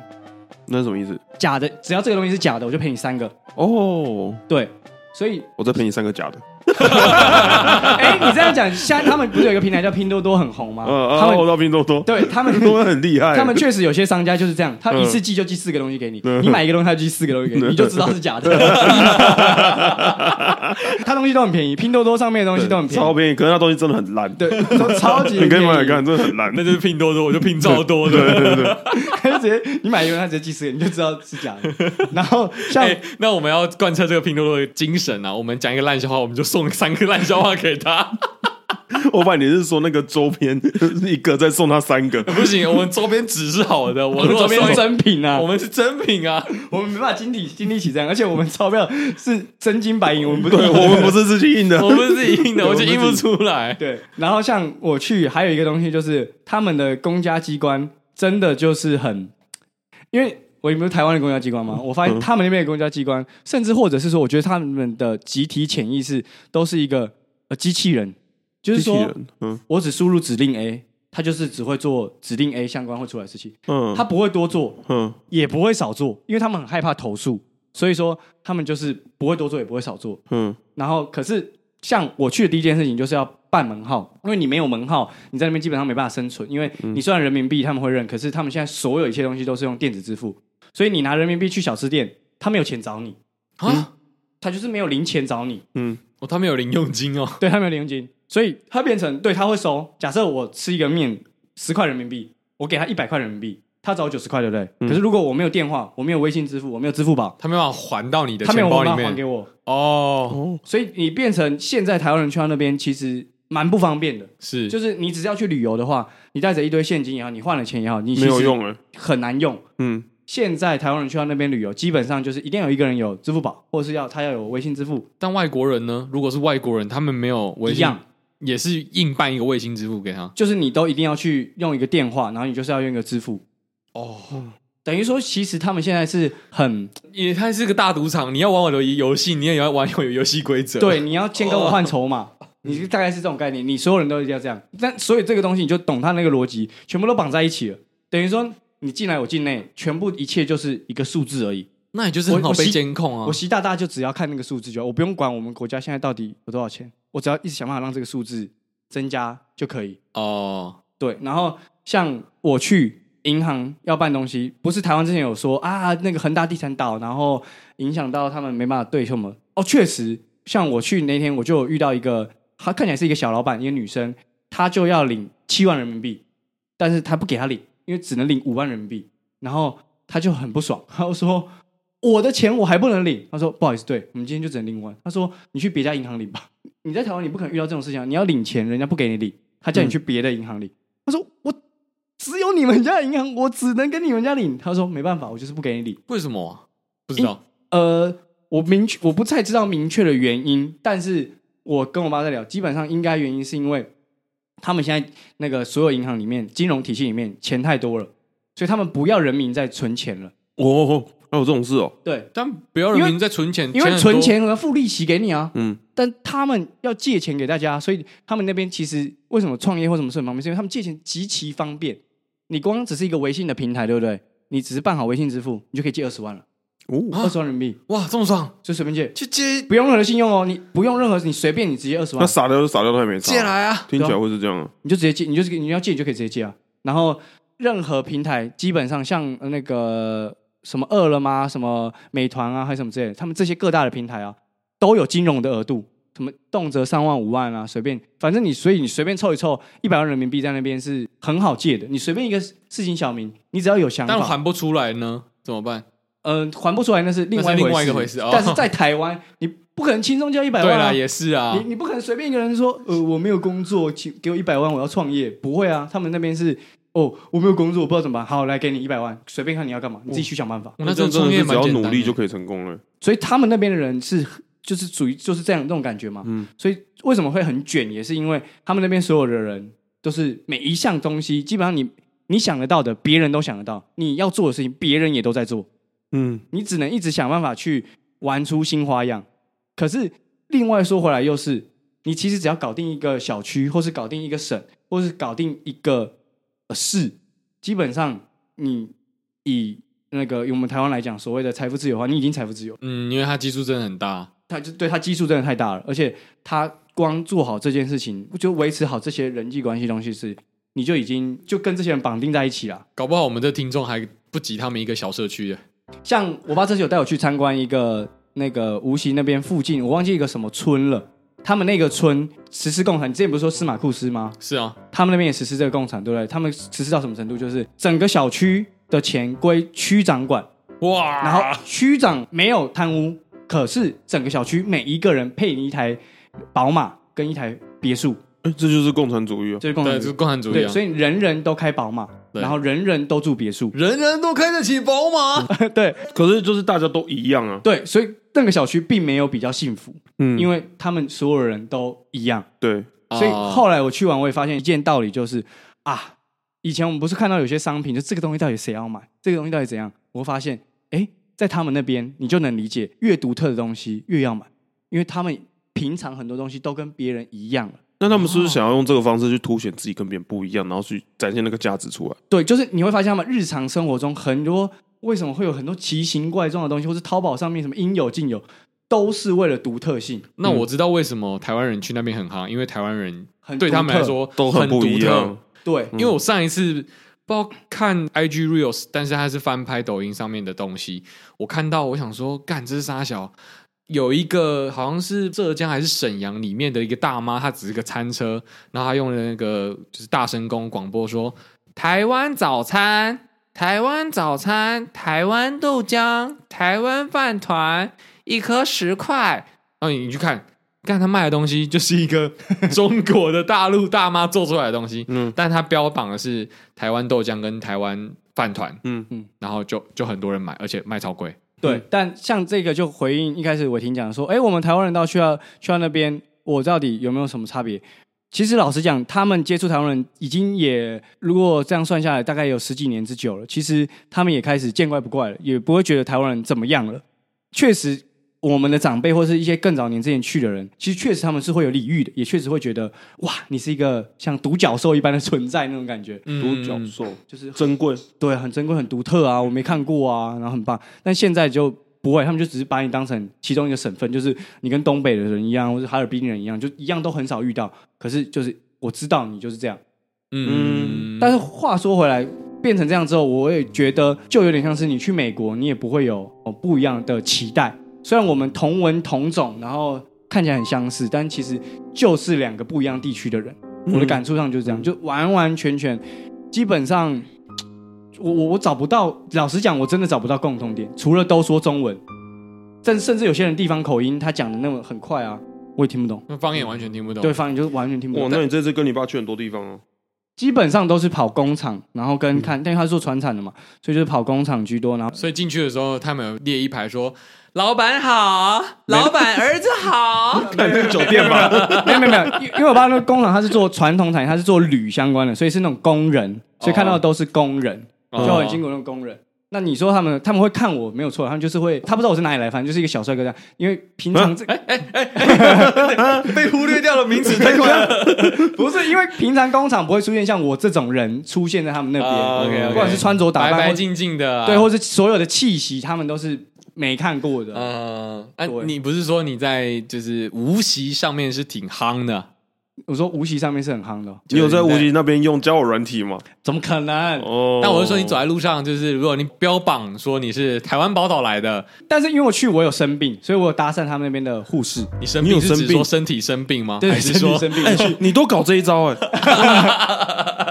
那是什么意思？假的只要这个东西是假的，我就赔你三个。哦，对，所以我再赔你三个假的。哎、你这样讲，现在他们不是有一个平台叫拼多多很红 吗？哦嗯，啊他我们到拼多多，对他们拼多多很厉害。他们确实有些商家就是这样，他一哎嗯次寄就寄四个东西给你，你买一个东西他就寄四个 东西给你，你就知道是假的。他东西都很便宜，拼多多上面的东西都很 便超宜，便宜，可是那东西真的很烂。对，都超级你可以便宜。买买看，真的很烂。那就是拼多多，我就拼超多对的。 对对对，他就直接你买一个，他直接寄四个，你就知道是假 的。然后像哎、那我们要贯彻这个拼多多的精神啊！我们讲一个烂笑话，我们就送三个烂笑话给他。我把你是说那个周边 一个再送他三个， 不行，我们周边纸是好的，我我们们这边是是真品啊我，们是真品 啊！我们没办法经得起经得起这样，而且我们钞票是真金白银，我们不是对 我们不是自己印的我。们自己印的，对我就印我不们自出来。对，然后像我去，还有一个东西就是他们的公家机关真的就是很，因为我有没有台湾的公家机关吗？我发嗯现他们那边的公家机关，甚至或者是说，我觉得他们的集体潜意识都是一个呃机器人，就是机器说人，嗯我只输入指令 A，它就是只会做指令 A 相关会出来的事情，嗯，它不会多做，嗯也不会少做，因为他们很害怕投诉，所以说他们就是不会多做，也不会少做。嗯然后可是像我去的第一件事情就是要办门号，因为你没有门号，你在那边基本上没办法生存，因为你虽然人民币他们会认，可是他们现在所有一切东西都是用电子支付，所以你拿人民币去小吃店，他没有钱找你，啊，他就是没有零钱找你，嗯哦，他们有零用金哦，对他没有零用金，所以他变成对他会收。假设我吃一个面十块人民币，我给他一百块人民币，他找我九十块，对不对？嗯可是如果我没有电话，我没有微信支付，我没有支付宝，他没办法还到你的他没钱有包办里法还面给我，哦，哦所以你变成现在台湾人去到那边其实蛮不方便的。是就是你只是要去旅游的话，你带着一堆现金也好，你换了钱也好，你其没实有用哎，很难用。嗯现在台湾人去到那边旅游，基本上就是一定要有一个人有支付宝，或者是要他要有微信支付，但外国人呢？如果是外国人，他们没有微一信，样，也是硬办一个卫星支付给他。就是你都一定要去用一个电话，然后你就是要用一个支付。哦，等于说，其实他们现在是很也它是个大赌场，你要玩我的游戏，你也要玩我的游戏规则。对，你要先跟我换筹码，你大概是这种概念，你所有人都一定要这样。但所以这个东西你就懂它那个逻辑，全部都绑在一起了，等于说你进来我进内，全部一切就是一个数字而已。那也就是很好我我被习监控啊我。习大大就只要看那个数字就好，我不用管我们国家现在到底有多少钱，我只要一直想办法让这个数字增加就可以。哦，对，然后像我去银行要办东西，不是台湾之前有说啊，那个恒大地产倒，然后影响到他们没办法对什么。哦，确实，像我去那天我就有遇到一个，她看起来是一个小老板，一个女生，她就要领七万人民币，但是她不给她领，因为只能领五万人民币，然后她就很不爽，她就说。我的钱我还不能领，她说不好意思，对我们今天就只能领五万。她说你去别家银行领吧，你在台湾你不可能遇到这种事情啊，你要领钱人家不给你领，她叫你去别的银行领。他说我只有你们家的银行，我只能跟你们家领。他说没办法，我就是不给你领。为什么、啊？不知道。呃，我明确我不太知道明确的原因，但是我跟我妈在聊，基本上应该原因是因为他们现在那个所有银行里面，金融体系里面钱太多了，所以他们不要人民再存钱了。哦哦，还有这种事哦，对，但不要人民在存钱，因为很多存钱和付利息给你啊，嗯但他们要借钱给大家，所以他们那边其实为什么创业或什么是很方便，是因为他们借钱极其方便。你光只是一个微信的平台，对不对？你只是办好微信支付，你就可以借二十万了，哦，啊二十万人民币哇，这么爽，就随便借，去借不用任何信用哦，你不用任何，你随便你直接二十那万，傻掉就傻掉，他也没借差，来啊。听起来会是这样啊，你就直接借，你就是你要借你就可以直接借啊。然后任何平台基本上像呃那个什么饿了么、什么美团啊，还有什么之类的，他们这些各大的平台啊，都有金融的额度，什么动辄上万、五万啊，随便，反正你所以你随便凑一凑，一百万人民币在那边是很好借的。你随便一个事情小民，你只要有想但法，还不出来呢，怎么办？嗯、还不出来那是另外那是另外一个回回事哦但是在台湾，你不可能轻松借一百对万啦，啊。也是啊你。你不可能随便一个人说，呃，我没有工作，请给我一百万，我要创业，不会啊。他们那边是，哦，我没有工作，我不知道怎么办，好，来给你一百万，随便看你要干嘛，你自己去想办法。我那这样真的创真的业是只蛮要简单的努力就可以成功了，所以他们那边的人是，就是属于就是这样这种感觉嘛。嗯所以为什么会很卷，也是因为他们那边所有的人都是每一项东西，基本上你你想得到的，别人都想得到；你要做的事情，别人也都在做。嗯你只能一直想办法去玩出新花样。可是另外说回来，又是你其实只要搞定一个小区，或是搞定一个省，或是搞定一个、呃市，基本上你以那个以我们台湾来讲，所谓的财富自由的话，你已经财富自由了。嗯，因为他基数真的很大。他就对他基数真的太大了，而且他光做好这件事情，就维持好这些人际关系东西是，你就已经就跟这些人绑定在一起了。搞不好我们这听众还不及他们一个小社区的。像我爸这次有带我去参观一个那个无锡那边附近，我忘记一个什么村了。他们那个村实施共产，你之前不是说司马库斯吗？是啊，他们那边也实施这个共产，对不对？他们实施到什么程度？就是整个小区的钱归区长管，哇，然后区长没有贪污，可是整个小区每一个人配你一台宝马跟一台别墅，哎，这就是共产主义啊，这是共对，产这主是义。共产主义对，啊，所以人人都开宝马，对，然后人人都住别墅 人人都开得起宝马。对可是就是大家都一样啊，对，所以那个小区并没有比较幸福。嗯，因为为他们所有人都一样。对，所以哦后来我去完，我也发现一件道理，就是啊，以前我们不是看到有些商品，就这个东西到底谁要买，这个东西到底怎样？我会发现，哎，在他们那边你就能理解，越独特的东西越要买，因为他们平常很多东西都跟别人一样了。那他们是不是想要用这个方式去凸显自己跟别人不一样，然后去展现那个价值出来？对，就是你会发现他们日常生活中很多为什么会有很多奇形怪状的东西，或是淘宝上面什么应有尽有，都是为了独特性。那我知道为什么台湾人去那边很夯，因为台湾人很对他们来独特，说都很很不独一特样。对，因为我上一次不知道看 IG Reels，但是它是翻拍抖音上面的东西，我看到我想说，干这是沙小。有一个好像是浙江还是沈阳里面的一个大妈，她只是个餐车，然后她用了那个就是大声公广播说：“台湾早餐，台湾早餐，台湾豆浆，台湾饭团，一颗十块。”然后你你去看，看她卖的东西就是一个 中国的大陆大妈做出来的东西，嗯但它标榜的是台湾豆浆跟台湾饭团，嗯嗯然后就就很多人买，而且卖超贵。对，但像这个就回应一开始伟霆讲说，哎、我们台湾人到去到去到那边，我到底有没有什么差别？其实老实讲，他们接触台湾人已经也，如果这样算下来，大概有十几年之久了。其实他们也开始见怪不怪了，也不会觉得台湾人怎么样了。确实，我们的长辈或是一些更早年之前去的人，其实确实他们是会有礼遇的，也确实会觉得哇，你是一个像独角兽一般的存在那种感觉，独嗯角兽就是珍贵，对，很珍贵、很独特啊，我没看过啊，然后很棒。但现在就不会，他们就只是把你当成其中一个省份，就是你跟东北的人一样，或者哈尔滨人一样，就一样都很少遇到。可是就是我知道你就是这样。嗯，但是话说回来，变成这样之后，我也觉得就有点像是你去美国，你也不会有哦不一样的期待。虽然我们同文同种，然后看起来很相似，但其实就是两个不一样地区的人。我的感触上就是这样，就完完全全，基本上，我我我找不到，老实讲，我真的找不到共同点，除了都说中文，甚甚至有些人地方口音，他讲的那么很快啊，我也听不懂，那方言完全听不懂。对，方言就是完全听不哇，懂。那你这次跟你爸去很多地方哦、基本上都是跑工厂，然后跟看，但因为他是做船产的嘛，所以就是跑工厂居多。然后所以进去的时候，他们有列一排说：“老板好，老板儿子好。看这是酒店吧，没有没有没有，因因为我爸那个工厂他是做传统产业，他是做铝相关的，所以是那种工人，所以看到的都是工人，哦 就很辛苦那种工人。那你说他们他们会看我没有错，他们就是会，他不知道我是哪里来，反正就是一个小帅哥这样。因为平常这、被忽略掉了名字太快了。不是因为平常工厂不会出现像我这种人出现在他们那边，哦，OK，OK 不管是穿着打白扮，白或净净的、啊，对，或是所有的气息，他们都是没看过的。嗯，啊，对你不是说你在就是无锡上面是挺夯的？我说无锡上面是很夯的哦，你有在无锡那边用交友软体吗？怎么可能？哦，但我是说，你走在路上，就是如果你标榜说你是台湾宝岛来的，但是因为我去，我有生病，所以我有搭讪他们那边的护士，你生你病有是生指病说身体生病吗？对，哦还是说生病生病去。你都搞这一招 哎、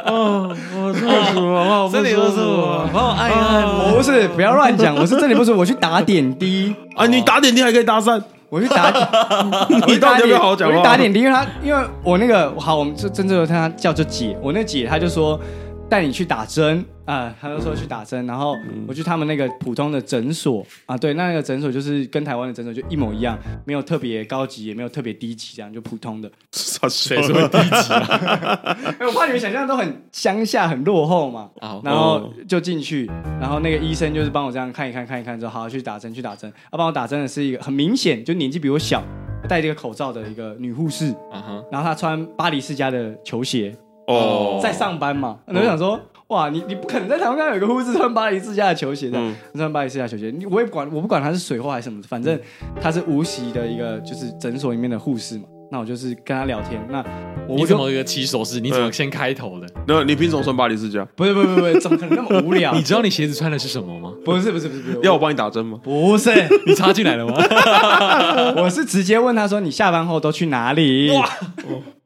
哦，我痛死我了，这里不是我，帮我按一按。不哦是，不要乱讲，我是真的不是，我去打点滴，啊！你打点滴还可以搭讪，我去打，我 你去打到底点有没有好好讲我话？去打点滴，因为他因为我那个好，我们就真正的他叫做姐，我那姐她就说带你去打针啊，她就说去打针，然后嗯我去他们那个普通的诊所啊，对，那个诊所就是跟台湾的诊所就一模一样，没有特别高级，也没有特别低级，这样就普通的。傻谁说低 级啊？哎，我怕你们想象都很乡下、很落后嘛。好然后就进去，然后那个医生就是帮我这样看一看、看一看，之后好去打针、去打针。啊，帮我打针的是一个很明显就年纪比我小，戴这个口罩的一个女护士，嗯哼，然后她穿巴黎世家的球鞋，哦，在上班嘛。我就想说，哇，你你不可能在台湾看到有一个护士穿巴黎世家的球鞋的，嗯穿巴黎世家球鞋，你我也不管，我不管她是水货还是什么，反正她是无锡的一个就是诊所里面的护士嘛。那我就是跟她聊天，那我你我怎就么有一个起手式？你怎么嗯先开头的？那你凭什么穿巴黎世家？不是不是不是，怎么可能那么无 聊？你知道你鞋子穿的是什么 吗？ 不是不是不是不是，要我帮你打针吗？不是，你插进来了吗？ 我是直接问他说：“你下班后都去哪里？”哇，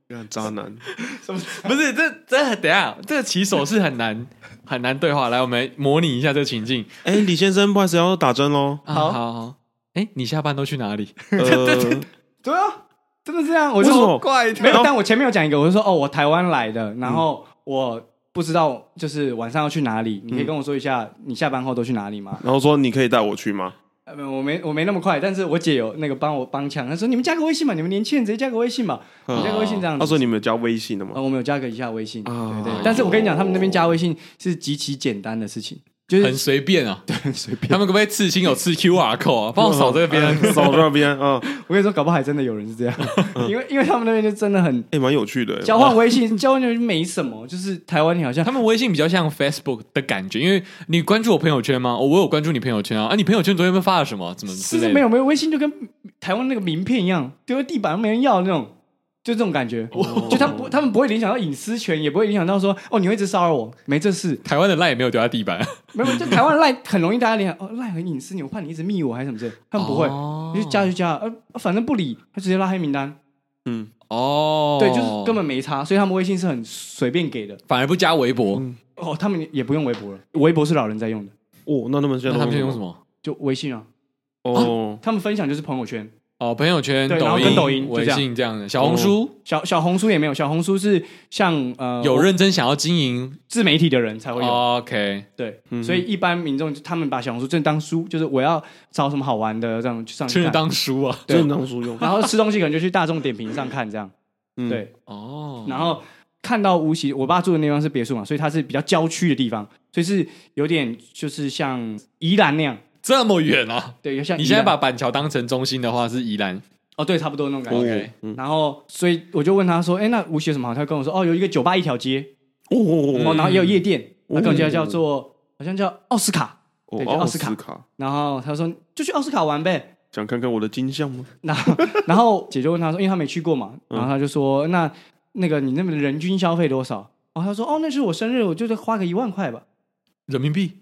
干渣男， 不是，这这等一下，这个起手式很难很难对话。来，我们模拟一下这个情境。哎，李先生，不好意思，要打针喽。 啊好好好。哎，你下班都去哪里？呃，对啊，真的这样，我就为什么说怪没然有，后但我前面有讲一个，我就说哦，我台湾来的，然后我不知道就是晚上要去哪里，你可以跟我说一下你下班后都去哪里吗？然后说你可以带我去吗？呃，没有我没我没那么快，但是我姐有那个帮我帮腔，她说你们加个微信嘛，你们年轻人直接加个微信嘛，嗯你加个微信这样他子。哦说你们有加微信的吗呃，？我们有加个一下微信，对啊对。但是我跟你讲，他们那边加微信是极其简单的事情，就是很随便啊。很随便。他们可不可以刺青有刺 QR code 啊？帮我扫这边。嗯 扫这边啊，我跟你说，搞不好还真的有人是这样，因为因为他们那边就真的很哎，蛮有趣的欸。交换微信，交换微信没什么，就是台湾你好 像他们微信比较像 Facebook 的感觉，因为你关注我朋友圈吗？哦，我有关注你朋友圈啊。啊，你朋友圈昨天发了什么？怎么之是类是的？没有没有微信就跟台湾那个名片一样，丢在地板上没人要那种，就这种感觉。哦就他们不他们不会影响到隐私权，也不会影响到说哦你会一直骚扰我，没这事。台湾的赖也没有丢在地板，没有，就台湾赖很容易大家联想哦赖很隐私，你我怕你一直密我还是什么之类，他们不会，哦你就加就加，呃反正不理，他直接拉黑名单。嗯，哦，对，就是根本没差，所以他们微信是很随便给的。反而不加微博，哦，他们也不用微博了，微博是老人在用的，哦，那他们现那在他都们就用什？么？就微信啊，哦，他们分享就是朋友圈。哦，朋友圈、对然后音、跟抖音就微这样信这样的，小红书小小红书也没有，小红书是像呃有认真哦想要经营自媒体的人哦才会有， ，OK，对，嗯所以一般民众他们把小红书真的当书，就是我要找什么好玩的这样去上去真的看，当书啊，对正当书用。 然后吃东西可能就去大众点评上看这样，嗯，对，哦，然后看到无锡，我爸住的那地方是别墅嘛，所以它是比较郊区的地方，所以是有点就是像宜兰那样，这么远啊！对，像你宜现在兰把板桥当成中心的话，是宜兰哦对，差不多那种感觉。 ，OK，嗯然后，所以我就问他说：“哎，那无锡有什么好？”他跟我说：“哦，有一个酒吧一条街，哦哦哦，然后也有夜店，哦那更加叫做好像叫奥斯卡。哦对哦，就奥奥斯斯卡卡，然后他说就去奥斯卡玩呗。想看看我的金像吗？然后然后姐就问他说，因为他没去过嘛，然后他就说那那个你那边的人均消费多少？然后他说哦，那是我生日，我就再花个一万块吧。人民币。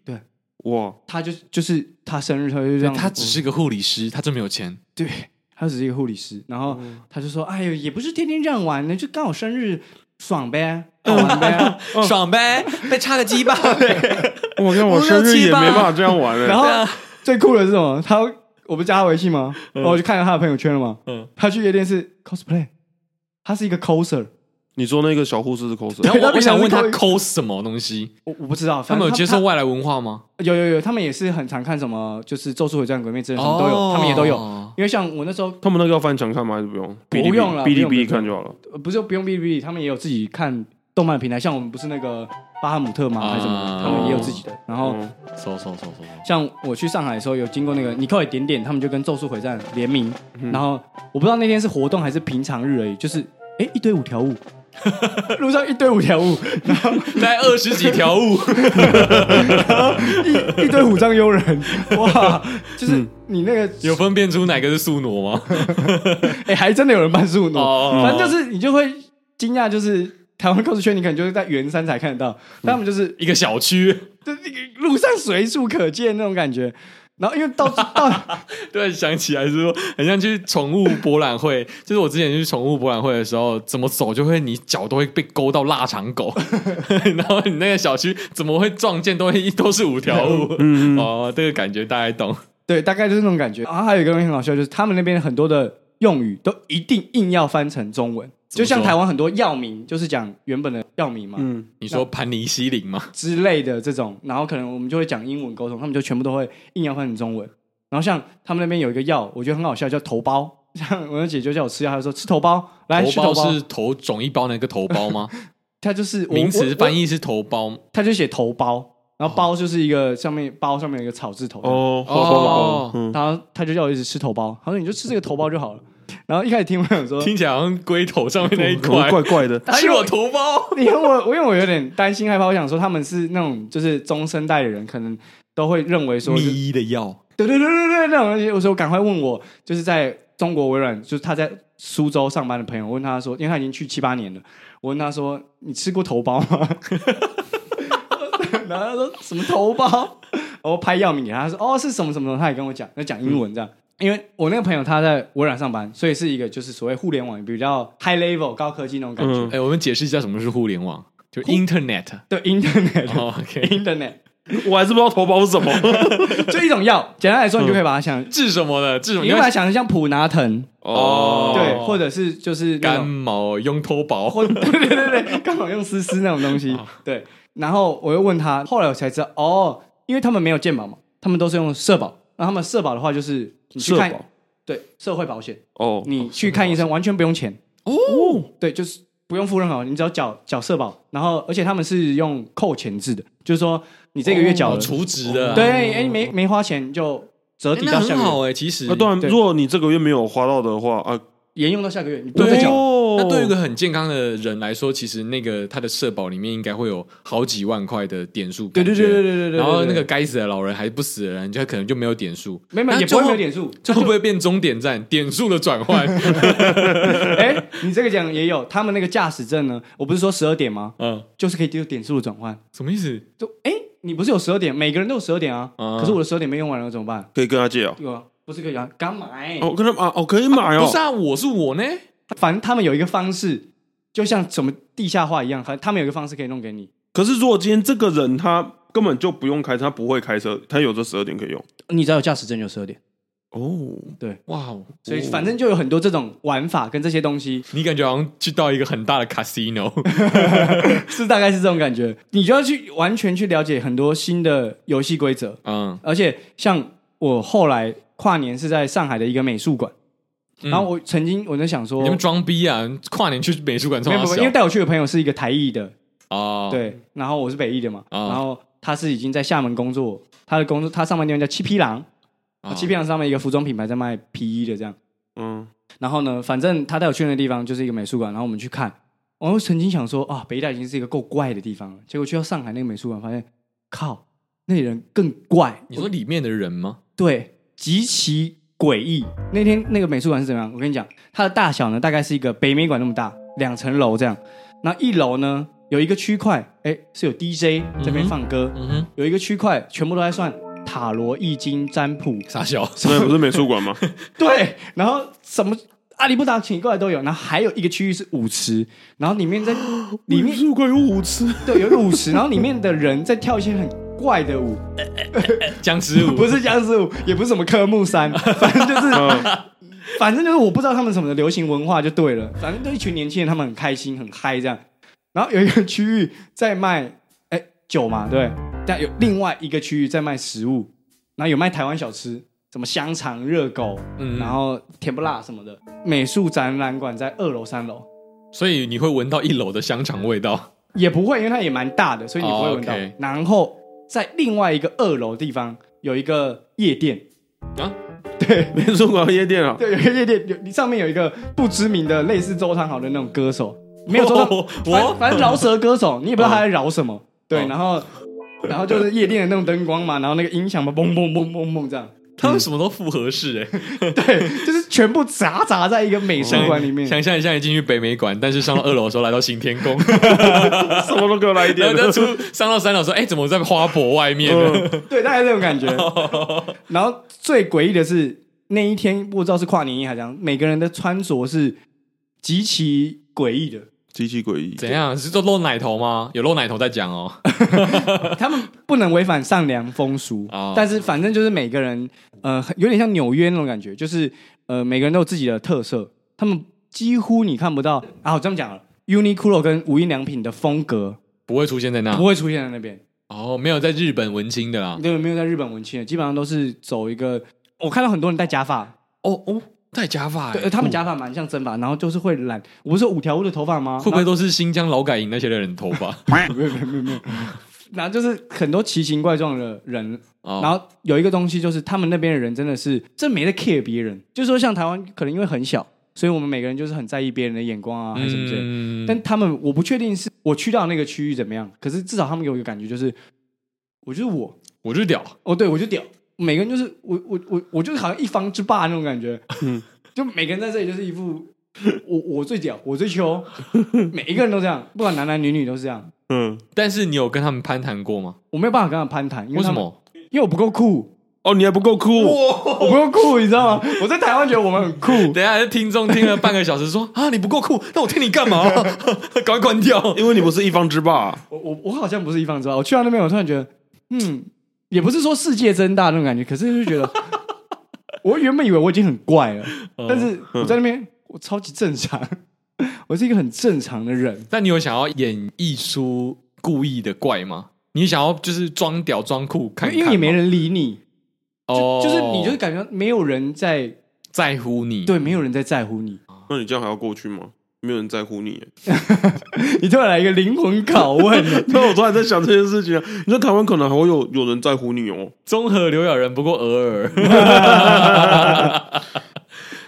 哇，他就就是他生日，他就这样，他只是个护理师，他真没有钱。对。他只是一个护理师，然后他就说：“哎呦，也不是天天这样玩的，就刚好生日爽呗，好玩呗。爽呗，被插个 鸡巴。 我看我五六生日七也八没办法这样玩”欸然了。后最酷的是什么？他我不加他微信吗？然后我就看到他的朋友圈了嘛。嗯他去夜店是 cosplay，他是一个 coser， 你说那个小护士是 cos，然后我对他平我想常问他是抠抠什么东西？我我不知道，他反们正有接受外来文化吗？有有有，他们也是很常看什么，就是《咒术回战》《鬼灭之刃》什哦么都有，他们也都有。。因为像我那时候他们那个要翻墙看吗？还是不用？不哔哩哔哩用了哔哩不用哔哩不用看就好了。呃不是不用哔哩哔哩，他们也有自己看动漫的平台，像我们不是那个巴哈姆特嘛，啊还是什么，他们也有自己的。然后哦，搜搜搜搜。像我去上海的时候，有经过那个尼寇也点点，他们就跟《咒术回战》联名，嗯然后我不知道那天是活动还是平常日而已，就是哎一堆五条 悟。路上一堆五条悟，带二十几条物，一一堆虎杖悠 人，哇！嗯就是你那个有分辨出哪个是宿傩吗？哎、还真的有人办树挪，哦反正就是你就会惊讶，就是台湾 cos 圈，你可能就是在圆山才看得到，但他们就是一个小区，就那个路上随处可见那种感觉。然后因为到到突然想起来是说，很像去宠物博览会，就是我之前去宠物博览会的时候，怎么走就会你脚都会被勾到腊肠狗，然后你那个小区怎么会撞见都会都是五条悟，嗯嗯哦，这个感觉大概懂。对，大概就是那种感觉。然后还有一个东西很好笑，就是他们那边很多的用语都一定硬要翻成中文，怎么说就像台湾很多药名就是讲原本的药名嘛、嗯，你说盘尼西林吗？之类的这种，然后可能我们就会讲英文沟通，他们就全部都会硬要翻成中文。然后像他们那边有一个药，我觉得很好笑，叫头孢。像我的姐就叫我吃药，她就说吃头孢，来吃头头孢包是头肿一包那个头包吗？它就是我名词翻译，译是头包我它就写头孢，然后包就是一个上面包上面有一个草字头，哦，花花哦花，嗯，然后他就叫我一直吃头孢，他说你就吃这个头孢就好了。然后一开始听我想说，听起来好像龟头上面那一怎么块，怪怪的。吃我头包。因为我我因为我有点担心害怕，我想说他们是那种就是中生代的人，可能都会认为说，对咪医的药，对对对对那种东西。我说赶快问我，就是在中国微软，就是他在苏州上班的朋友，我问他说，因为他已经去七八年了，我问他说你吃过头孢吗？然后他说什么头孢？然后拍药名给他，他说哦是什么什么什么，他也跟我讲，他讲英文这样。因为我那个朋友他在微软上班，所以是一个就是所谓互联网比较 high level 高科技那种感觉，嗯哎，我们解释一下什么是互联网，就 Internet。对 internet、哦 OK， internet 我还是不知道头孢是什么。就一种药，简单来说你就可以把它想，治什么的？治什么？你就把它想成像普拿疼， 哦对，或者是就是那干种毛用头包，或 对对对对，刚好用丝丝那种东哦西，对。然后我又问他，后来我才知道，哦，因为他们没有健保嘛，他们都是用社保。那他们社保的话就是你去社看保，对社会保险，哦你去看医生完全不用钱，哦，对，就是不用付任何，你只要缴缴社保，然后而且他们是用扣钱制的，就是说你这个月缴了，除值的啊，对，哎，哎、没没花钱就折抵那到下很个好月，哎，其实啊，对啊，对如果你这个月没有花到的话啊，沿用到下个月，你不用对啊再缴。哦那对于一个很健康的人来说，其实那个他的社保里面应该会有好几万块的点数，对对对对对对对。然后对那个对该死的老人还不死的人，就可能就没有点数，没没那也不最会后没有点数，这会不会变终点站点数的转换？ 哎、你这个讲也有，他们那个驾驶证呢，我不是说十二点吗？嗯，就是可以丢点数的转换。什么意思？就哎、你不是有十二点，每个人都有十二点啊，嗯可是我的十二点没用完了怎么办？可以跟他借哦。有啊，不是可以啊？干嘛、欸？哦，跟他啊，哦，可以买哦不是。啊，我是我呢。反正他们有一个方式，就像什么地下化一样，反正他们有一个方式可以弄给你。可是如果今天这个人他根本就不用开车，他不会开车，他有这十二点可以用。你只要有驾驶证就十二点，哦，哇哦，所以反正就有很多这种玩法跟这些东西，你感觉好像去到一个很大的 casino， 是大概是这种感觉。你就要去完全去了解很多新的游戏规则，嗯，而且像我后来跨年是在上海的一个美术馆，嗯然后我曾经我在想说，你没有们装逼啊！跨年去美术馆没冲有，他没有小因为带我去的朋友是一个台艺的，啊哦，，对，然后我是北艺的嘛，哦然后他是已经在厦门工作，他的工作他上班地方叫七匹狼，哦七匹狼是他们一个服装品牌在卖皮衣的这样。嗯，然后呢，反正他带我去那个地方就是一个美术馆，然后我们去看。我曾经想说啊，北大已经是一个够怪的地方了，结果去到上海那个美术馆，发现靠，那里人更怪，你说里面的人吗？对，极其诡异。那天那个美术馆是怎么样？我跟你讲，它的大小呢，大概是一个北美馆那么大，两层楼这样。那一楼呢，有一个区块，哎，是有 DJ 在那边放歌，嗯哼，有一个区块全部都在算塔罗、易经、占卜，傻小，那不是美术 馆吗？对，然后什么阿里不达请过来都有，然后还有一个区域是舞池，然后里面在里面术馆有五次，对有一个舞池，然后里面的人在跳一些很怪的舞，僵尸舞 不是僵尸舞，也不是什么科目三， 反正就是嗯，反正就是我不知道他们什么的流行文化就对了，反正就一群年轻人，他们很开心很嗨这样。然后有一个区域在卖哎酒嘛，对，但有另外一个区域在卖食物，然后有卖台湾小吃，什么香肠、热狗，嗯然后甜不辣什么的。美术展览馆在二楼、三楼，所以你会闻到一楼的香肠味道。也不会，因为它也蛮大的，所以你不会闻到。哦，OK 然后在另外一个二楼地方有一个夜店，美术馆有 夜店啊。对，有一个夜店，有你上面有一个不知名的类似周汤豪的那种歌手，没有周汤，哦我反正饶舌歌手，你也不知道他在饶什么。对哦，然后然后就是夜店的那种灯光嘛，然后那个音响嘛，嘣嘣嘣嘣嘣这样， 他们什么都复合式哎、对，就是全部杂杂在一个美术馆里面。哦想象一下，你进去北美馆，但是上到二楼的时候来到行天宫，什么都给我来一然点后。再出上到三楼说：“哎、怎么在花博外面呢？”嗯对，大概这种感觉。哦然后最诡异的是，那一天不知道是跨年夜还是怎样，每个人的穿着是极其诡异的。极其诡异。怎样？是做露奶头吗？有露奶头在讲哦。他们不能违反善良风俗，哦但是反正就是每个人，呃，有点像纽约那种感觉，就是呃，每个人都有自己的特色，他们几乎你看不到啊。我这么讲了，Uniqlo 跟无印良品的风格不会出现在那不会出现在那边，哦，没有在日本文青的啦。对，没有在日本文青哎的，基本上都是走一个。我看到很多人戴假发，哦哦，戴假发、对，呃欸，他们假发蛮像真发，然后就是会染。我不是有五条悟的头发吗？嗯会不会都是新疆劳改营那些人的头发？没有没有没有没有，然后就是很多奇形怪状的人哦，然后有一个东西就是，他们那边的人真的是真没在 care 别人，就是说像台湾可能因为很小，所以我们每个人就是很在意别人的眼光啊，还是什么之类的。嗯但他们我不确定是我去到那个区域怎么样，可是至少他们给我一个感觉就是，我就是我，我就屌，哦，对我就屌，每个人就是我我我我就是好像一方之霸那种 感觉，嗯就每个人在这里就是一副我我最屌，我最秋，每一个人都这样，不管男男女女都是这样。嗯，但是你有跟他们攀谈过吗？我没有办法跟他们攀谈，因为他什们？么？因为我不够酷。哦，你还不够酷。我不够酷，你知道吗？ 我在台湾觉得我们 很酷， 等一下听众听了半个小时说 啊，你不够酷，那我听你干嘛？ 赶快关掉。 因为你不是一方之霸，我我我好像不是一方之外，我去到那边，我突然觉得，嗯，也不是说世界真大那种感觉，可是就觉得， 我原本以为我已经很怪了，但是我在那边我超级正常， 我是一个很正常的人，那你有想要演绎出故意的怪吗？你想要就是装屌装酷看看吗因为也没人理你，哦就就是你就是感觉没有人在在乎你，对，没有人在在乎你，那你这样还要过去吗？没有人在乎你。你突然来一个灵魂拷问， 那我突然在想这件事情啊，你在台湾可能还会有有人在乎你哦。综合刘咬人不过尔 尔。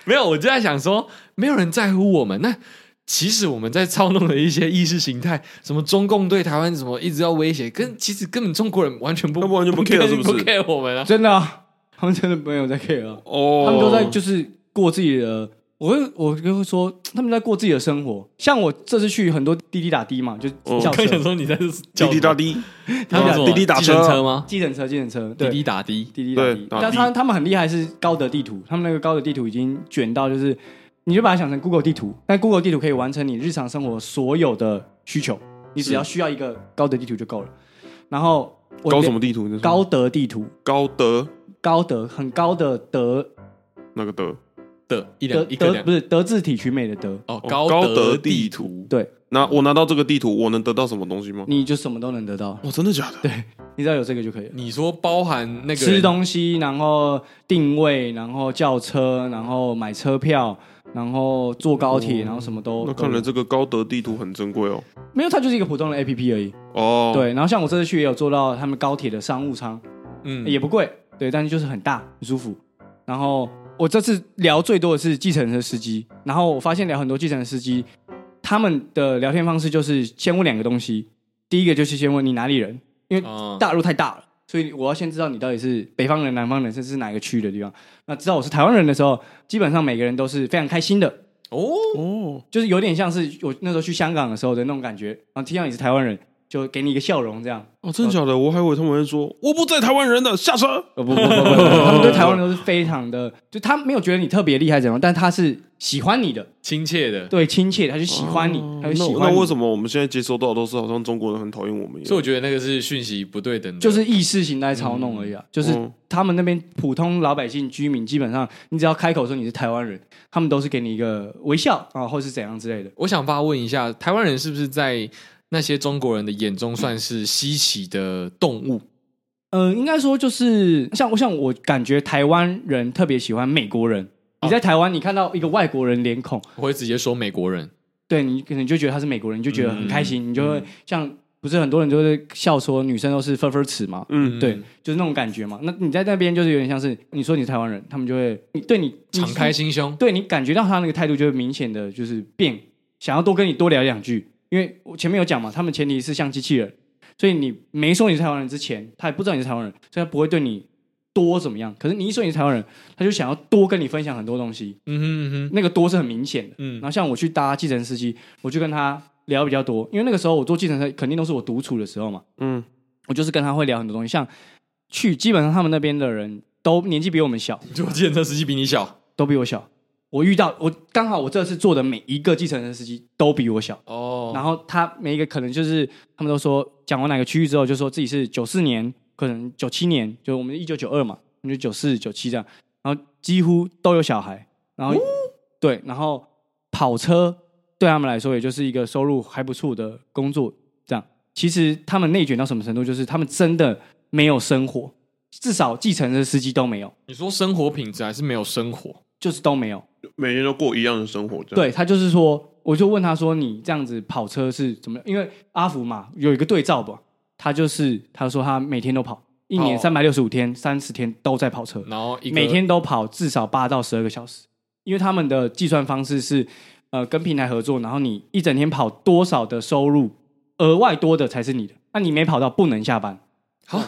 没有，我就在想说，没有人在乎我们。那其实我们在操弄的一些意识形态，什么中共对台湾什么一直要威胁，跟其实根本中国人完全不他们完全不 care 是不是不 care 我们啊。真的、啊，他们真的没有在 care 啊，哦，他们都在就是过自己的。我会我就会说，他们在过自己的生活。像我这次去很多滴滴打的嘛，就哦叫我刚车、想说你在这滴滴答打滴，他们叫什么滴滴打计程车车吗？计程车、计程车，滴对，滴打的，滴滴打对的。打的但他他们很厉害，是高德地图，他们那个高德地图已经卷到就是，你就把它想成 Google 地图，但 Google 地图可以完成你日常生活所有的需求，你只要需要一个高德地图就够了。然后我高什么地图？那是高德地图，高德高德很高的德那个德？的一德两一个德两不是德智体群美的德，哦，哦高高德德地地图对那我拿到这个地图，我能得到什么东西吗？你就什么都能得到，哦，真的假的？对，你只要有这个就可以了。你说包含那个吃人东西，然后定位，然后叫车，然后买车票，然后坐高铁，然后什么嗯都那看都来有这个高德地图很珍贵哦。没有，它就是一个普通的 A P P 而已。哦，，对，然后像我这次去也有坐到他们高铁的商务舱，欸嗯也不贵，对，但是就是很大，很舒服。然后我这次聊最多的是计程车司机，然后我发现聊很多计程车司机，他们的聊天方式就是先问两个东西，第一个就是先问你哪里人，因为啊大陆太大了，所以我要先知道你到底是北方人、南方人，甚至是哪个区的地方。那知道我是台湾人的时候，基本上每个人都是非常开心的，哦哦，就是有点像是我那时候去香港的时候的那种感觉，然后听到你是台湾人，就给你一个笑容这样。哦，真的假的？我还以为他们会说我不在台湾人的，下车。呃不不不不，不他们对台湾人都是非常的，就他没有觉得你特别厉害怎么样，但他是喜欢你的，亲切的，对亲切，他就喜欢你，他那就喜那欢你为。什么我们现在接收到的都是好像中国人很讨厌我们一所以样？我觉得那个是讯息不对等的，就是意识形态操弄而已啊，就是嗯他们那边普通老百姓居民，基本上你只要开口说你是台湾人，他们都是给你一个微笑啊，或是怎样之类的。我想发问一下，台湾人是不是在那些中国人的眼中算是稀奇的动物？呃，应该说就是像我像我感觉台湾人特别喜欢美国人，你在台湾你看到一个外国人脸孔，我会直接说美国人，对你可能就觉得他是美国人，你就觉得很开心，你就嗯会像不是很多人就会笑说女生都是分分齿嘛，嗯，对，就是那种感觉嘛。那你在那边就是有点像是你说你是台湾人，他们就会你对你敞开，你心胸。对你感觉到他那个态度就会明显的就是变，想要多跟你多聊两句，因为我前面有讲嘛，他们前提是像机器人，所以你没说你是台湾人之前，他也不知道你是台湾人，所以他不会对你多怎么样。可是你一说你是台湾人，他就想要多跟你分享很多东西，嗯哼嗯哼，那个多是很明显的。嗯然后像我去搭计程司机，我就跟他聊比较多，因为那个时候我坐计程车肯定都是我独处的时候嘛，嗯，我就是跟他会聊很多东西，像去基本上他们那边的人都年纪比我们小，就计程车司机比你小都比我小。我遇到我刚好我这次坐的每一个计程车司机都比我小，哦，然后他每一个可能就是他们都说讲完哪个区域之后，就说自己是九四年，可能九七年，就我们一九九二嘛，我们就九四九七这样，然后几乎都有小孩，然后、对，然后跑车对他们来说也就是一个收入还不错的工作，这样其实他们内卷到什么程度，就是他们真的没有生活，至少计程车司机都没有，你说生活品质还是没有生活？就是都没有。每天都过一样的生活，这样对他就是说，我就问他说：“你这样子跑车是怎么样？”因为阿福嘛有一个对照吧，他就是他说他每天都跑，一年哦三百六十五天、三十天都在跑车，然后一个每天都跑至少八到十二个小时，因为他们的计算方式是呃跟平台合作，然后你一整天跑多少的收入，额外多的才是你的，那你没跑到不能下班。好，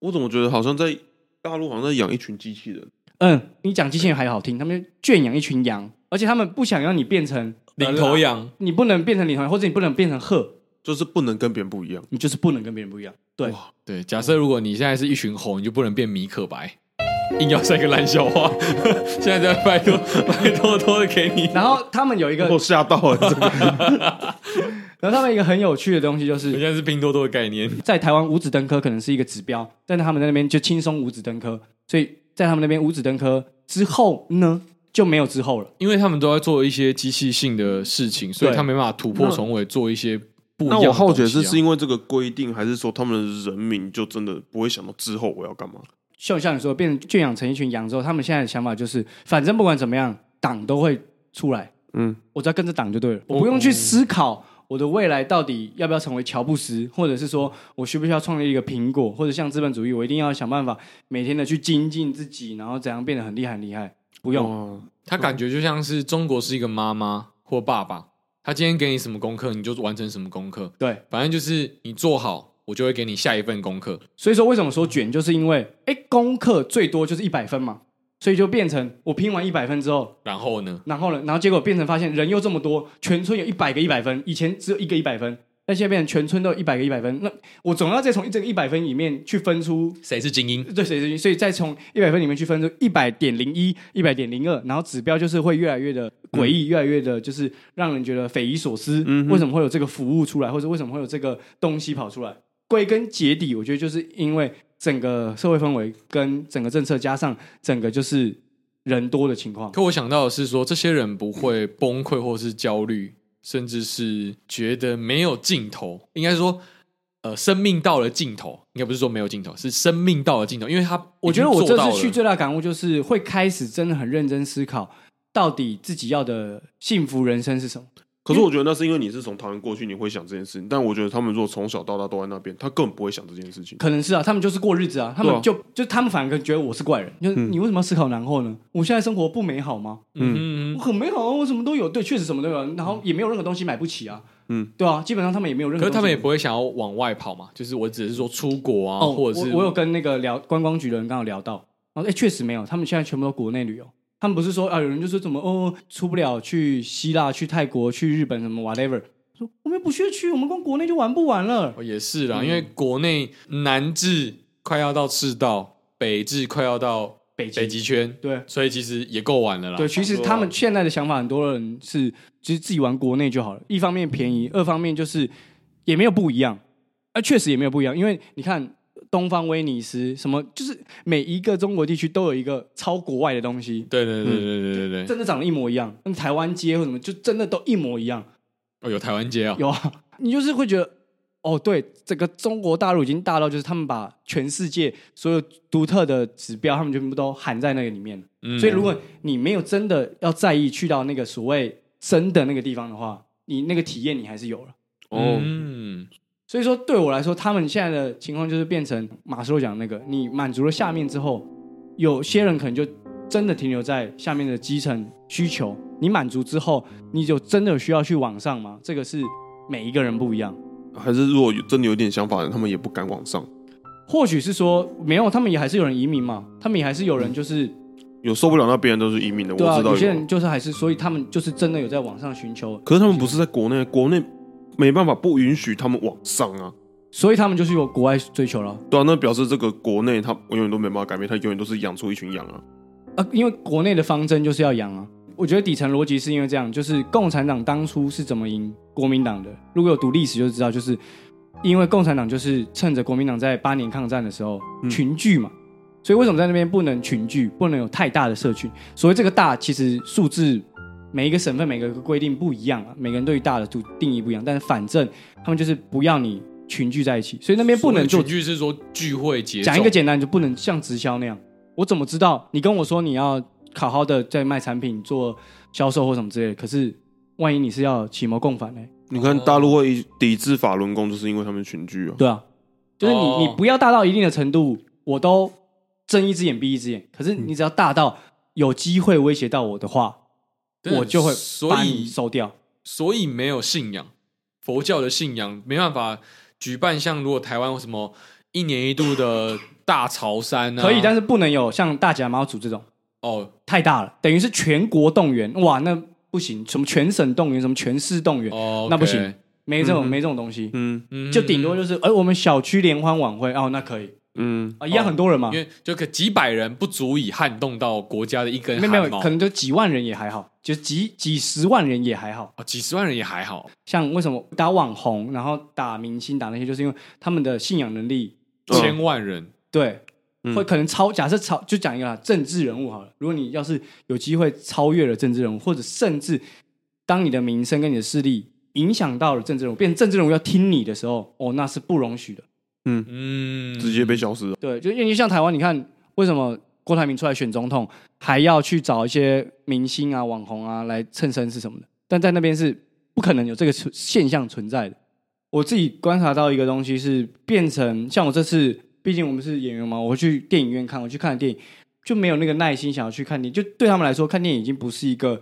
我怎么觉得好像在大陆好像在养一群机器人？嗯，你讲机器人还好听，他们就圈养一群羊，而且他们不想让你变成领头，羊，你不能变成领头羊，或者你不能变成鹤。就是不能跟别人不一样。你就是不能跟别人不一样。对，对，假设如果你现在是一群猴，你就不能变米可白，硬要塞个烂笑话。 现在在拜托拜托托的给你，然后他们有一个，我吓到了， 这个然后他们一个很有趣的东西就人是。家是拼多多的概念。在台湾五指登科可能是一个指标，但是他们在那边就轻松五指登科，所以在他们那边五指登科之后呢就没有之后了。因为他们都在做一些机器性的事情，所以对他没办法突破重围，做一些不一那样的我好东奇的是，西啊是因为这个规定，还是说他们的人民就真的不会想到之后我要干嘛？就像你说，变成圈养成一群羊之后，他们现在的想法就是，反正不管怎么样，党都会出来，嗯，我只要跟着党就对了，我不用去思考我的未来到底要不要成为乔布斯，或者是说我需不需要创立一个苹果，或者像资本主义，我一定要想办法每天的去精进自己，然后怎样变得很厉害很厉害。不用，哇他感觉就像是中国是一个妈妈或爸爸，他今天给你什么功课，你就完成什么功课，对，反正就是你做好，我就会给你下一份功课。所以说为什么说卷，就是因为哎功课最多就是一百分嘛，所以就变成我拼完一百分之后，然后呢，然后呢，然后结果变成发现人又这么多，全村有一百个一百分，以前只有一个一百分，但现在变成全村都有一百个一百分，那我总要再从这个一百分里面去分出谁是精英？对谁谁，所以再从一百分里面去分出一百点零一、一百点零二，然后指标就是会越来越的诡嗯异，越来越的就是让人觉得匪夷所思。嗯哼为什么会有这个服务出来，或者为什么会有这个东西跑出来？归根结底，我觉得就是因为整个社会氛围跟整个政策加上整个就是人多的情况。可我想到的是说，这些人不会崩溃或是焦虑，甚至是觉得没有尽头。应该说，呃，生命到了尽头，应该不是说没有尽头，是生命到了尽头。因为他，我觉得我这做到次了去最大的感悟就是会开始真的很认真思考，到底自己要的幸福人生是什么。可是我觉得那是因为你是从桃园过去，你会想这件事情。但我觉得他们如果从小到大都在那边，他根本不会想这件事情。可能是啊，他们就是过日子啊，他们对啊就、就他们反而觉得我是怪人，就是嗯你为什么要思考然后呢？我现在生活不美好吗？嗯嗯我很美好啊，我什么都有，对，确实什么都有，啊然后也没有任何东西买不起啊，嗯，对啊，基本上他们也没有任嗯，何可是他东西，们也不会想要往外跑嘛，就是我只是说出国啊，哦，或者是我我有跟那个聊观光局的人刚好聊到，然后哎，确实没有，他们现在全部都国内旅游。他们不是说啊，有人就说怎么哦出不了去希腊、去泰国、去日本什么 whatever，说我们又不屑去，我们光国内就玩不完了。哦也是嗯啦，因为国内南至快要到赤道，北至快要到北极北极圈，对所以其实也够晚了啦。对，其实他们现在的想法，很多人是其实自己玩国内就好了。一方面便宜，二方面就是也没有不一样，啊，确实也没有不一样。因为你看东方威尼斯什么，就是每一个中国地区都有一个超国外的东西，对对对对对对对对，真的长得一模一样。那台湾街或什么，就真的都一模一样。哦，有台湾街啊，有啊， 你就是会觉得，哦，对，整个中国大陆已经大到，就是他们把全世界所有独特的指标，他们全部都含在那个里面。嗯所以如果你没有真的要在意去到那个所谓真的那个地方的话，你那个体验你还是有了。哦，嗯，所以说，对我来说，他们现在的情况就是变成马斯洛讲的那个，你满足了下面之后，有些人可能就真的停留在下面的基层需求。你满足之后，你就真的有需要去往上吗？这个是每一个人不一样。哦还是如果有真的有点想法的人，他们也不敢往上。或许是说没有，他们也还是有人移民嘛，他们也还是有人就是有受不了那边人都是移民的，我对啊，知道有些有。人就是还是，所以他们就是真的有在往上寻求，可是他们不是在国内，国内没办法不允许他们往上啊。所以他们就是有国外追求了。对啊，那表示这个国内他永远都没办法改变，他永远都是养出一群羊啊。啊，因为国内的方针就是要养啊。我觉得底层逻辑是因为这样，就是共产党当初是怎么赢国民党的。如果有读历史就知道，就是因为共产党就是趁着国民党在八年抗战的时候嗯群聚嘛，所以为什么在那边不能群聚，不能有太大的社群？所谓这个大，其实数字每一个省份每个规定不一样啊，每个人对于大的定定义不一样，但是反正他们就是不要你群聚在一起，所以那哎边不能所做谓的群聚是说聚会节奏，讲一个简单，就不能像直销那样。我怎么知道你跟我说你要好好的在卖产品、做销售或什么之类的？可是万一你是要启谋共反呢？你看大陆会抵制法轮功，就是因为他们群聚啊。对啊，就是你、哦你不要大到一定的程度，我都睁一只眼闭一只眼。嗯可是你只要大到有机会威胁到我的话，对我就会所把你以收掉。所以没有信仰，佛教的信仰没办法举办像如果台湾有什么一年一度的大潮山啊，可以，但是是不能有像大甲妈祖这种哦，太大了，等于是全国动员，哇，那不行，什么全省动员，什么全市动员，哦，那不行 OK，没这种、嗯没这种东西。嗯嗯就顶多就是，哎、我们小区联欢晚会哦，那可以嗯，啊，一样很多人嘛，因为就可几百人不足以撼动到国家的一根没有汗没有，毛可能就几万人也还好，就几几十万人也还好。哦，几十万人也还好，像为什么打网红，然后打明星，打那些，就是因为他们的信仰能力，嗯千万人，对，嗯会可能超，假设超，就讲一个啦政治人物好了，如果你要是有机会超越了政治人物，或者甚至当你的名声跟你的势力影响到了政治人物，变成政治人物要听你的时候，哦，那是不容许的。嗯，直接被消失了。对，就因为像台湾，你看为什么郭台铭出来选总统，还要去找一些明星啊、网红啊来蹭身是什么的，但在那边是不可能有这个存现象存在的。我自己观察到一个东西是变成像我这次，毕竟我们是演员嘛，我去电影院看，我去看电影就没有那个耐心想要去看电影，就对他们来说看电影已经不是一个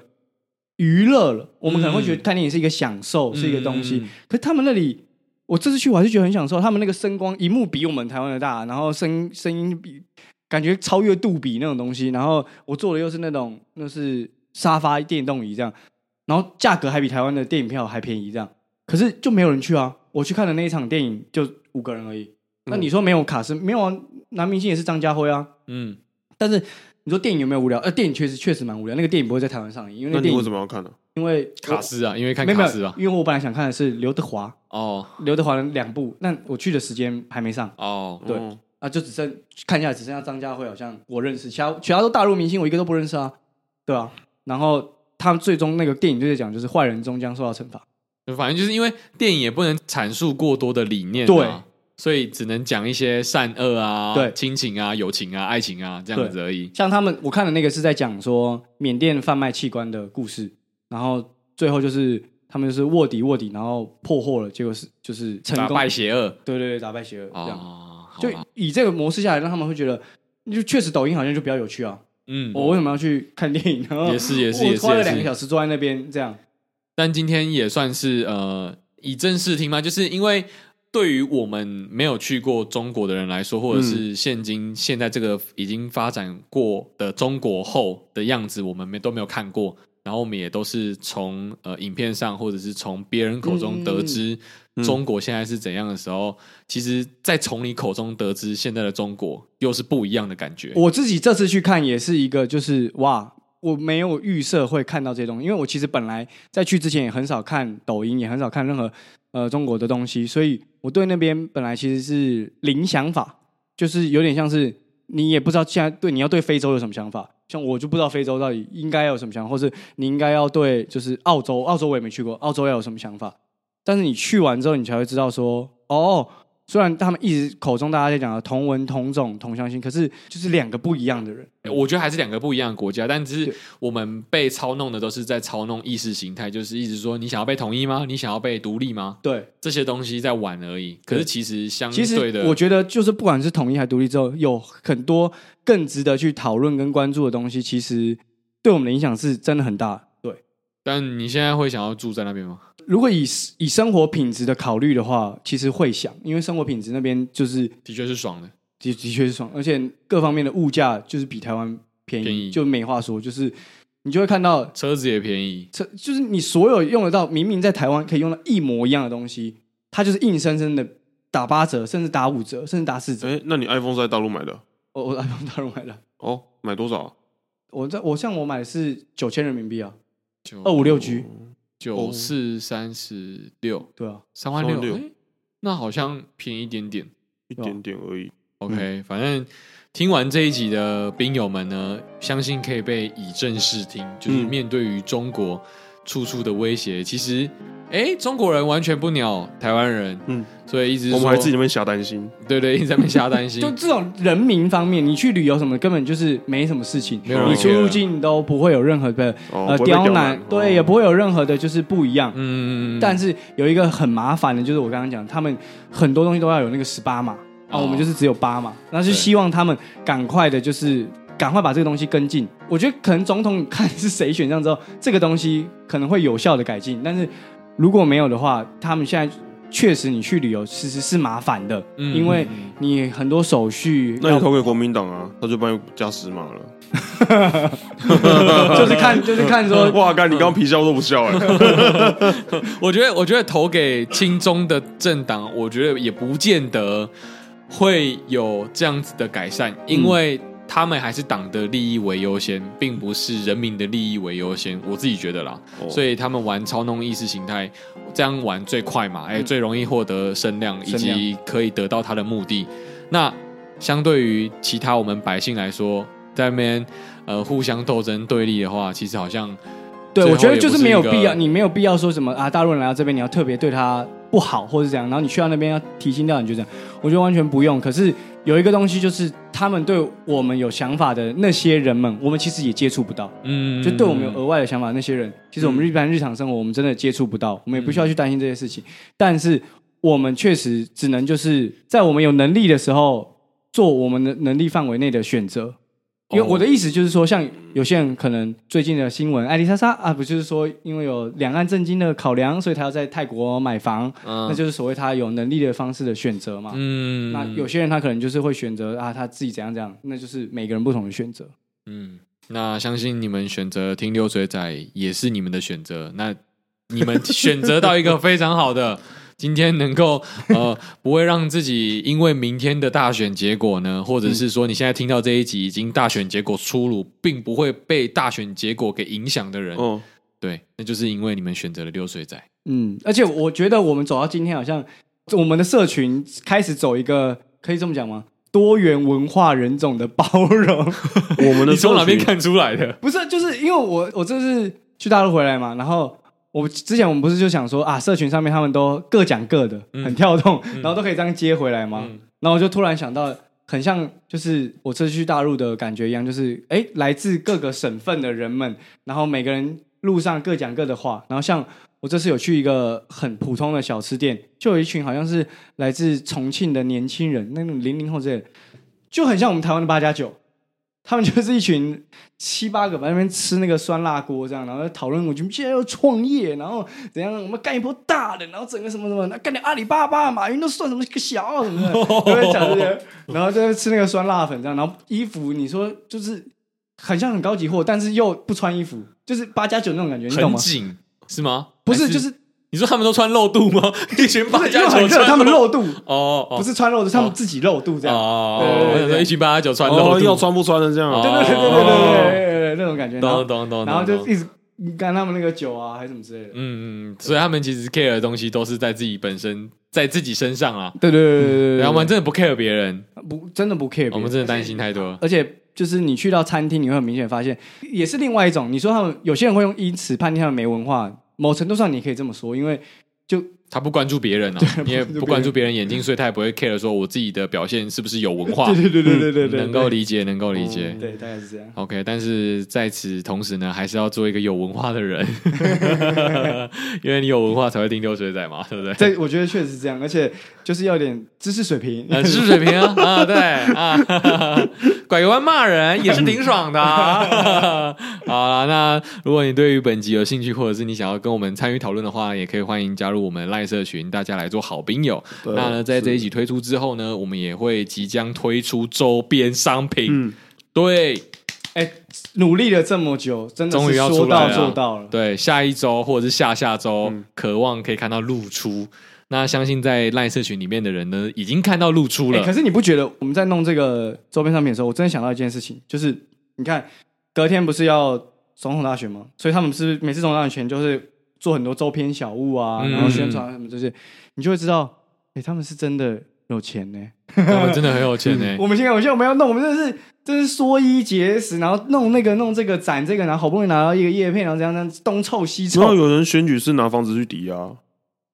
娱乐了，我们可能会觉得看电影是一个享受，是一个东西，嗯可是他们那里，我这次去我还是觉得很享受。他们那个声光荧幕比我们台湾的大，然后声声音比感觉超越杜比那种东西。然后我坐的又是那种那是沙发电动椅这样，然后价格还比台湾的电影票还便宜这样。可是就没有人去啊！我去看的那一场电影就五个人而已。那你说没有卡斯没有啊？男明星也是张家辉啊。嗯，但是你说电影有没有无聊？呃，电影确实确实蛮无聊。那个电影不会在台湾上映，因为那那电你影为什么要看呢、因为卡斯啊，因为看没有没卡有斯啊，，因为我本来想看的是刘德华。哦刘德华的两部，那我去的时间还没上哦，对哦啊，就只剩看一下，只剩下张家辉好像我认识，其他其他都大陆明星，我一个都不认识啊，对啊。然后他们最终那个电影就在讲，就是坏人终将受到惩罚，反正就是因为电影也不能阐述过多的理念、啊，对，所以只能讲一些善恶啊、对亲情啊、友情啊、爱情啊这样子而已。像他们我看的那个是在讲说缅甸贩卖器官的故事，然后最后就是他们就是卧底卧底，然后破获了，结果是就是成打功，败邪恶对对对，打败邪恶、这样。哦，好就吧以这个模式下来，让他们会觉得，就确实抖音好像就比较有趣啊。嗯，我为什么要去看电影？然后也是也是我也是花了也两个是。小时坐在那边这样。但今天也算是呃以正视听嘛，就是因为对于我们没有去过中国的人来说，或嗯者是现今现在这个已经发展过的中国后的样子，我们没都没有看过。然后我们也都是从呃影片上，或者是从别人口中得知嗯中国现在是怎样的时候，其实再从你口中得知现在的中国又是不一样的感觉。我自己这次去看也是一个，就是哇，我没有预设会看到这些东西，因为我其实本来在去之前也很少看抖音，也很少看任何呃中国的东西，所以我对那边本来其实是零想法，就是有点像是你也不知道现在对你要对非洲有什么想法。像我就不知道非洲到底应该有什么想法，或是你应该要对就是澳洲，澳洲我也没去过，澳洲要有什么想法。但是你去完之后，你才会知道说，哦，虽然他们一直口中大家在讲的同文同种同乡心，可是就是两个不一样的人。我觉得还是两个不一样的国家，但只是对我们被操弄的都是在操弄意识形态，就是一直说你想要被统一吗？你想要被独立吗？对，这些东西在玩而已。可是其实相嗯其对实的，我觉得就是不管是统一还独立之后，有很多更值得去讨论跟关注的东西，其实对我们的影响是真的很大。对，但你现在会想要住在那边吗？如果以以生活品质的考虑的话，其实会想，因为生活品质那边就是的确是爽的，的的确是爽，而且各方面的物价就是比台湾便宜，便宜就没话说，就是你就会看到车子也便宜，这就是你所有用得到，明明在台湾可以用到一模一样的东西，它就是硬生生的打八折，甚至打五折，甚至打四折。哎，那你 iPhone 是在大陆买的？我 我 iPhone 大陆买了，哦，买多少啊？我在我像我买的是九千人民币啊，就二五六 G，九哦四三十六对啊，三万六， 36诶那好像便宜一点点。一点点而已。 OK，、反正听完这一集的兵友们呢，相信可以被以正视听，就是嗯面对于中国处处的威胁，其实，哎，中国人完全不鸟台湾人，嗯，所以一直我们说还自己在那边瞎担心。对对，一直在被瞎担心， 就这种人民方面，你去旅游什么根本就是没什么事情，没有人你出 care 入境都不会有任何的、哦呃不会被刁难，难对，哦也不会有任何的就是不一样。嗯嗯嗯嗯，但是有一个很麻烦的，就是我刚刚讲，他们很多东西都要有那个十八码啊，哦我们就是只有八码，那是对希望他们赶快的，就是赶快把这个东西跟进。我觉得可能总统看是谁选上之后，这个东西可能会有效的改进，但是如果没有的话，他们现在。确实，你去旅游其实是麻烦的，嗯因为嗯嗯你很多手 续那要你投给国民党啊，他就帮你加十码了。就是看就是看说哇，干，你刚刚皮笑都不笑哎。我觉得，我觉得投给亲中的政党，我觉得也不见得会有这样子的改嗯善，因为他们还是党的利益为优先，并不是人民的利益为优先。我自己觉得啦，哦所以他们玩操弄意识形态，这样玩最快嘛，哎、最容易获得声量，以嗯声量及可以得到他的目的。那相对于其他我们百姓来说，在那边呃互相斗争对立的话，其实好像对，最我后觉得也就不是是没有一个必要，你没有必要说什么啊，大陆人来到这边你要特别对他不好或者怎样，然后你去到那边要提心吊胆就这样，我觉得完全不用。可是有一个东西就是他们对我们有想法的那些人们，我们其实也接触不到。嗯就对我们有额外的想法的那些人，其实我们一般日常生活我们真的接触不到，我嗯们也不需要去担心这些事情。但是我们确实只能就是在我们有能力的时候，做我们的能力范围内的选择。因为哦我的意思就是说，像有些人可能最近的新闻，艾丽莎莎啊，不就是说因为有两岸政经的考量，所以她要在泰国买房，那就是所谓她有能力的方式的选择嘛。嗯那有些人他可能就是会选择啊，他自己怎样怎样，那就是每个人不同的选择。嗯，那相信你们选择听流水仔也是你们的选择。那你 们选择到一个非常好的，今天能够呃不会让自己因为明天的大选结果呢，或嗯者是说你现在听到这一集已经大选结果出炉，并不会被大选结果给影响的人，哦，对，那就是因为你们选择了流水仔。嗯，而且我觉得我们走到今天，好像我们的社群开始走一个可以这么讲吗？多元文化人种的包容，我们的你从哪边社群？看出来的？不是就是因为我我这次去大陆回来嘛，然后。我之前我们不是就想说啊，社群上面他们都各讲各的，很跳动，然后都可以这样接回来嘛。嗯然后我就突然想到，很像就是我这次去大陆的感觉一样，就是哎，来自各个省份的人们，然后每个人路上各讲各的话。然后像我这次有去一个很普通的小吃店，就有一群好像是来自重庆的年轻人，那种零零后之类的，就很像我们台湾的八加九。他们就是一群七八个吧，在那边吃那个酸辣锅，这样，然后在讨论我们现在要创业，然后怎样，我们干一波大的，然后整个什么什么，那干点阿里巴巴、马云都算什么个小什么的，都在讲这些，然后就在吃那个酸辣粉这样，然后衣服你说就是很像很高级货，但是又不穿衣服，就是八加九那种感觉，你懂很吗？紧是吗？不是，还就是你说他们都穿露肚吗？ 一群不八是因加为很九热，穿他们露肚，哦哦不是穿露肚，他们自己露肚这样。对哦对，对我想说一群八加九穿露哦，肚要，穿不穿的这样对啊？对对对对对对，那种感觉。然懂后懂懂，然后就懂一直干他们那个酒啊，还是什么之类的。嗯嗯，所以他们其实 care 的东西都是在自己本身，在自己身上啊。对对对对然对后我们真的不 care 别人，不真的不 care 别人我们真的担心太多了。而且就是你去到餐厅，你会很明显发现，也是另外一种。你说他们有些人会用因此判定他们没文化，某程度上你可以这么说，因为他不关注别人啊，因为不关注别人眼睛，所以他也不会 care 说我自己的表现是不是有文化。对对对对对对，嗯哦能够理解，能够理解。对，大概是这样。 OK，但是在此同时呢，还是要做一个有文化的 人，因为你有文化才会听流水仔嘛，对不对？这我觉得确实是这样，而且就是要有点知识水平。呃，知识水平啊，啊，对啊，拐个弯骂人也是挺爽的、 啊。好啦，那如果你对于本集有兴趣，或者是你想要跟我们参与讨论的话，也可以欢迎加入我们赖社群，大家来做好兵友。对那呢，在这一集推出之后呢，我们也会即将推出周边商品。嗯对哎，努力了这么久，真的终于是要说出来到了做到了。对，下一周或者是下下周，嗯渴望可以看到露出。那相信在赖社群里面的人呢，已经看到露出哎、了。可是你不觉得我们在弄这个周边商品的时候，我真的想到一件事情，就是你看隔天不是要总统大选吗？所以他们是每次总统大选就是做很多周边小物啊，然后嗯宣传什么这些，你就会知道，哎、他们是真的有钱呢、他们真的很有 钱哎欸呢、我们现在，我现在我们要弄，我们真的是真是缩衣节食，然后弄那个弄这个攒这个，然后好不容易拿到一个叶片，然后这样这样东凑西然后凑。有人选举是拿房子去抵押，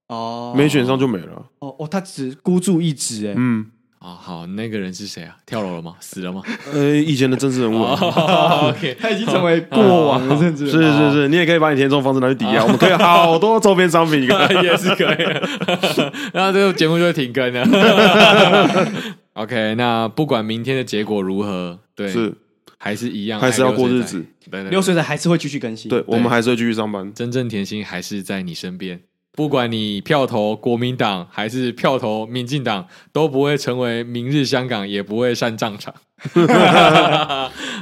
哦没选上就没了。哦哦，他只孤注一掷哎、嗯，啊、好，那个人是谁啊？跳楼了吗？死 了吗？呃，以前的政治人物啊，哦 OK，他已经成为过往的政治人物哦是是是，你也可以把你田中房子拿去抵押，我们可以好多周边商品。 也是可以。 然后这个节目就会停更了。OK，那不管明天的结果如何，对，是，还是一样，还是要过日子爱。对。对对流水仔还是会继续更新。对，我们还是会继续上班。真正甜心还是在你身边。不管你票投国民党还是票投民进党，都不会成为明日香港，也不会上战场。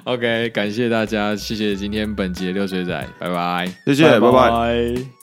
OK，感谢大家，谢谢今天本节流水仔，拜拜。谢谢，拜拜。拜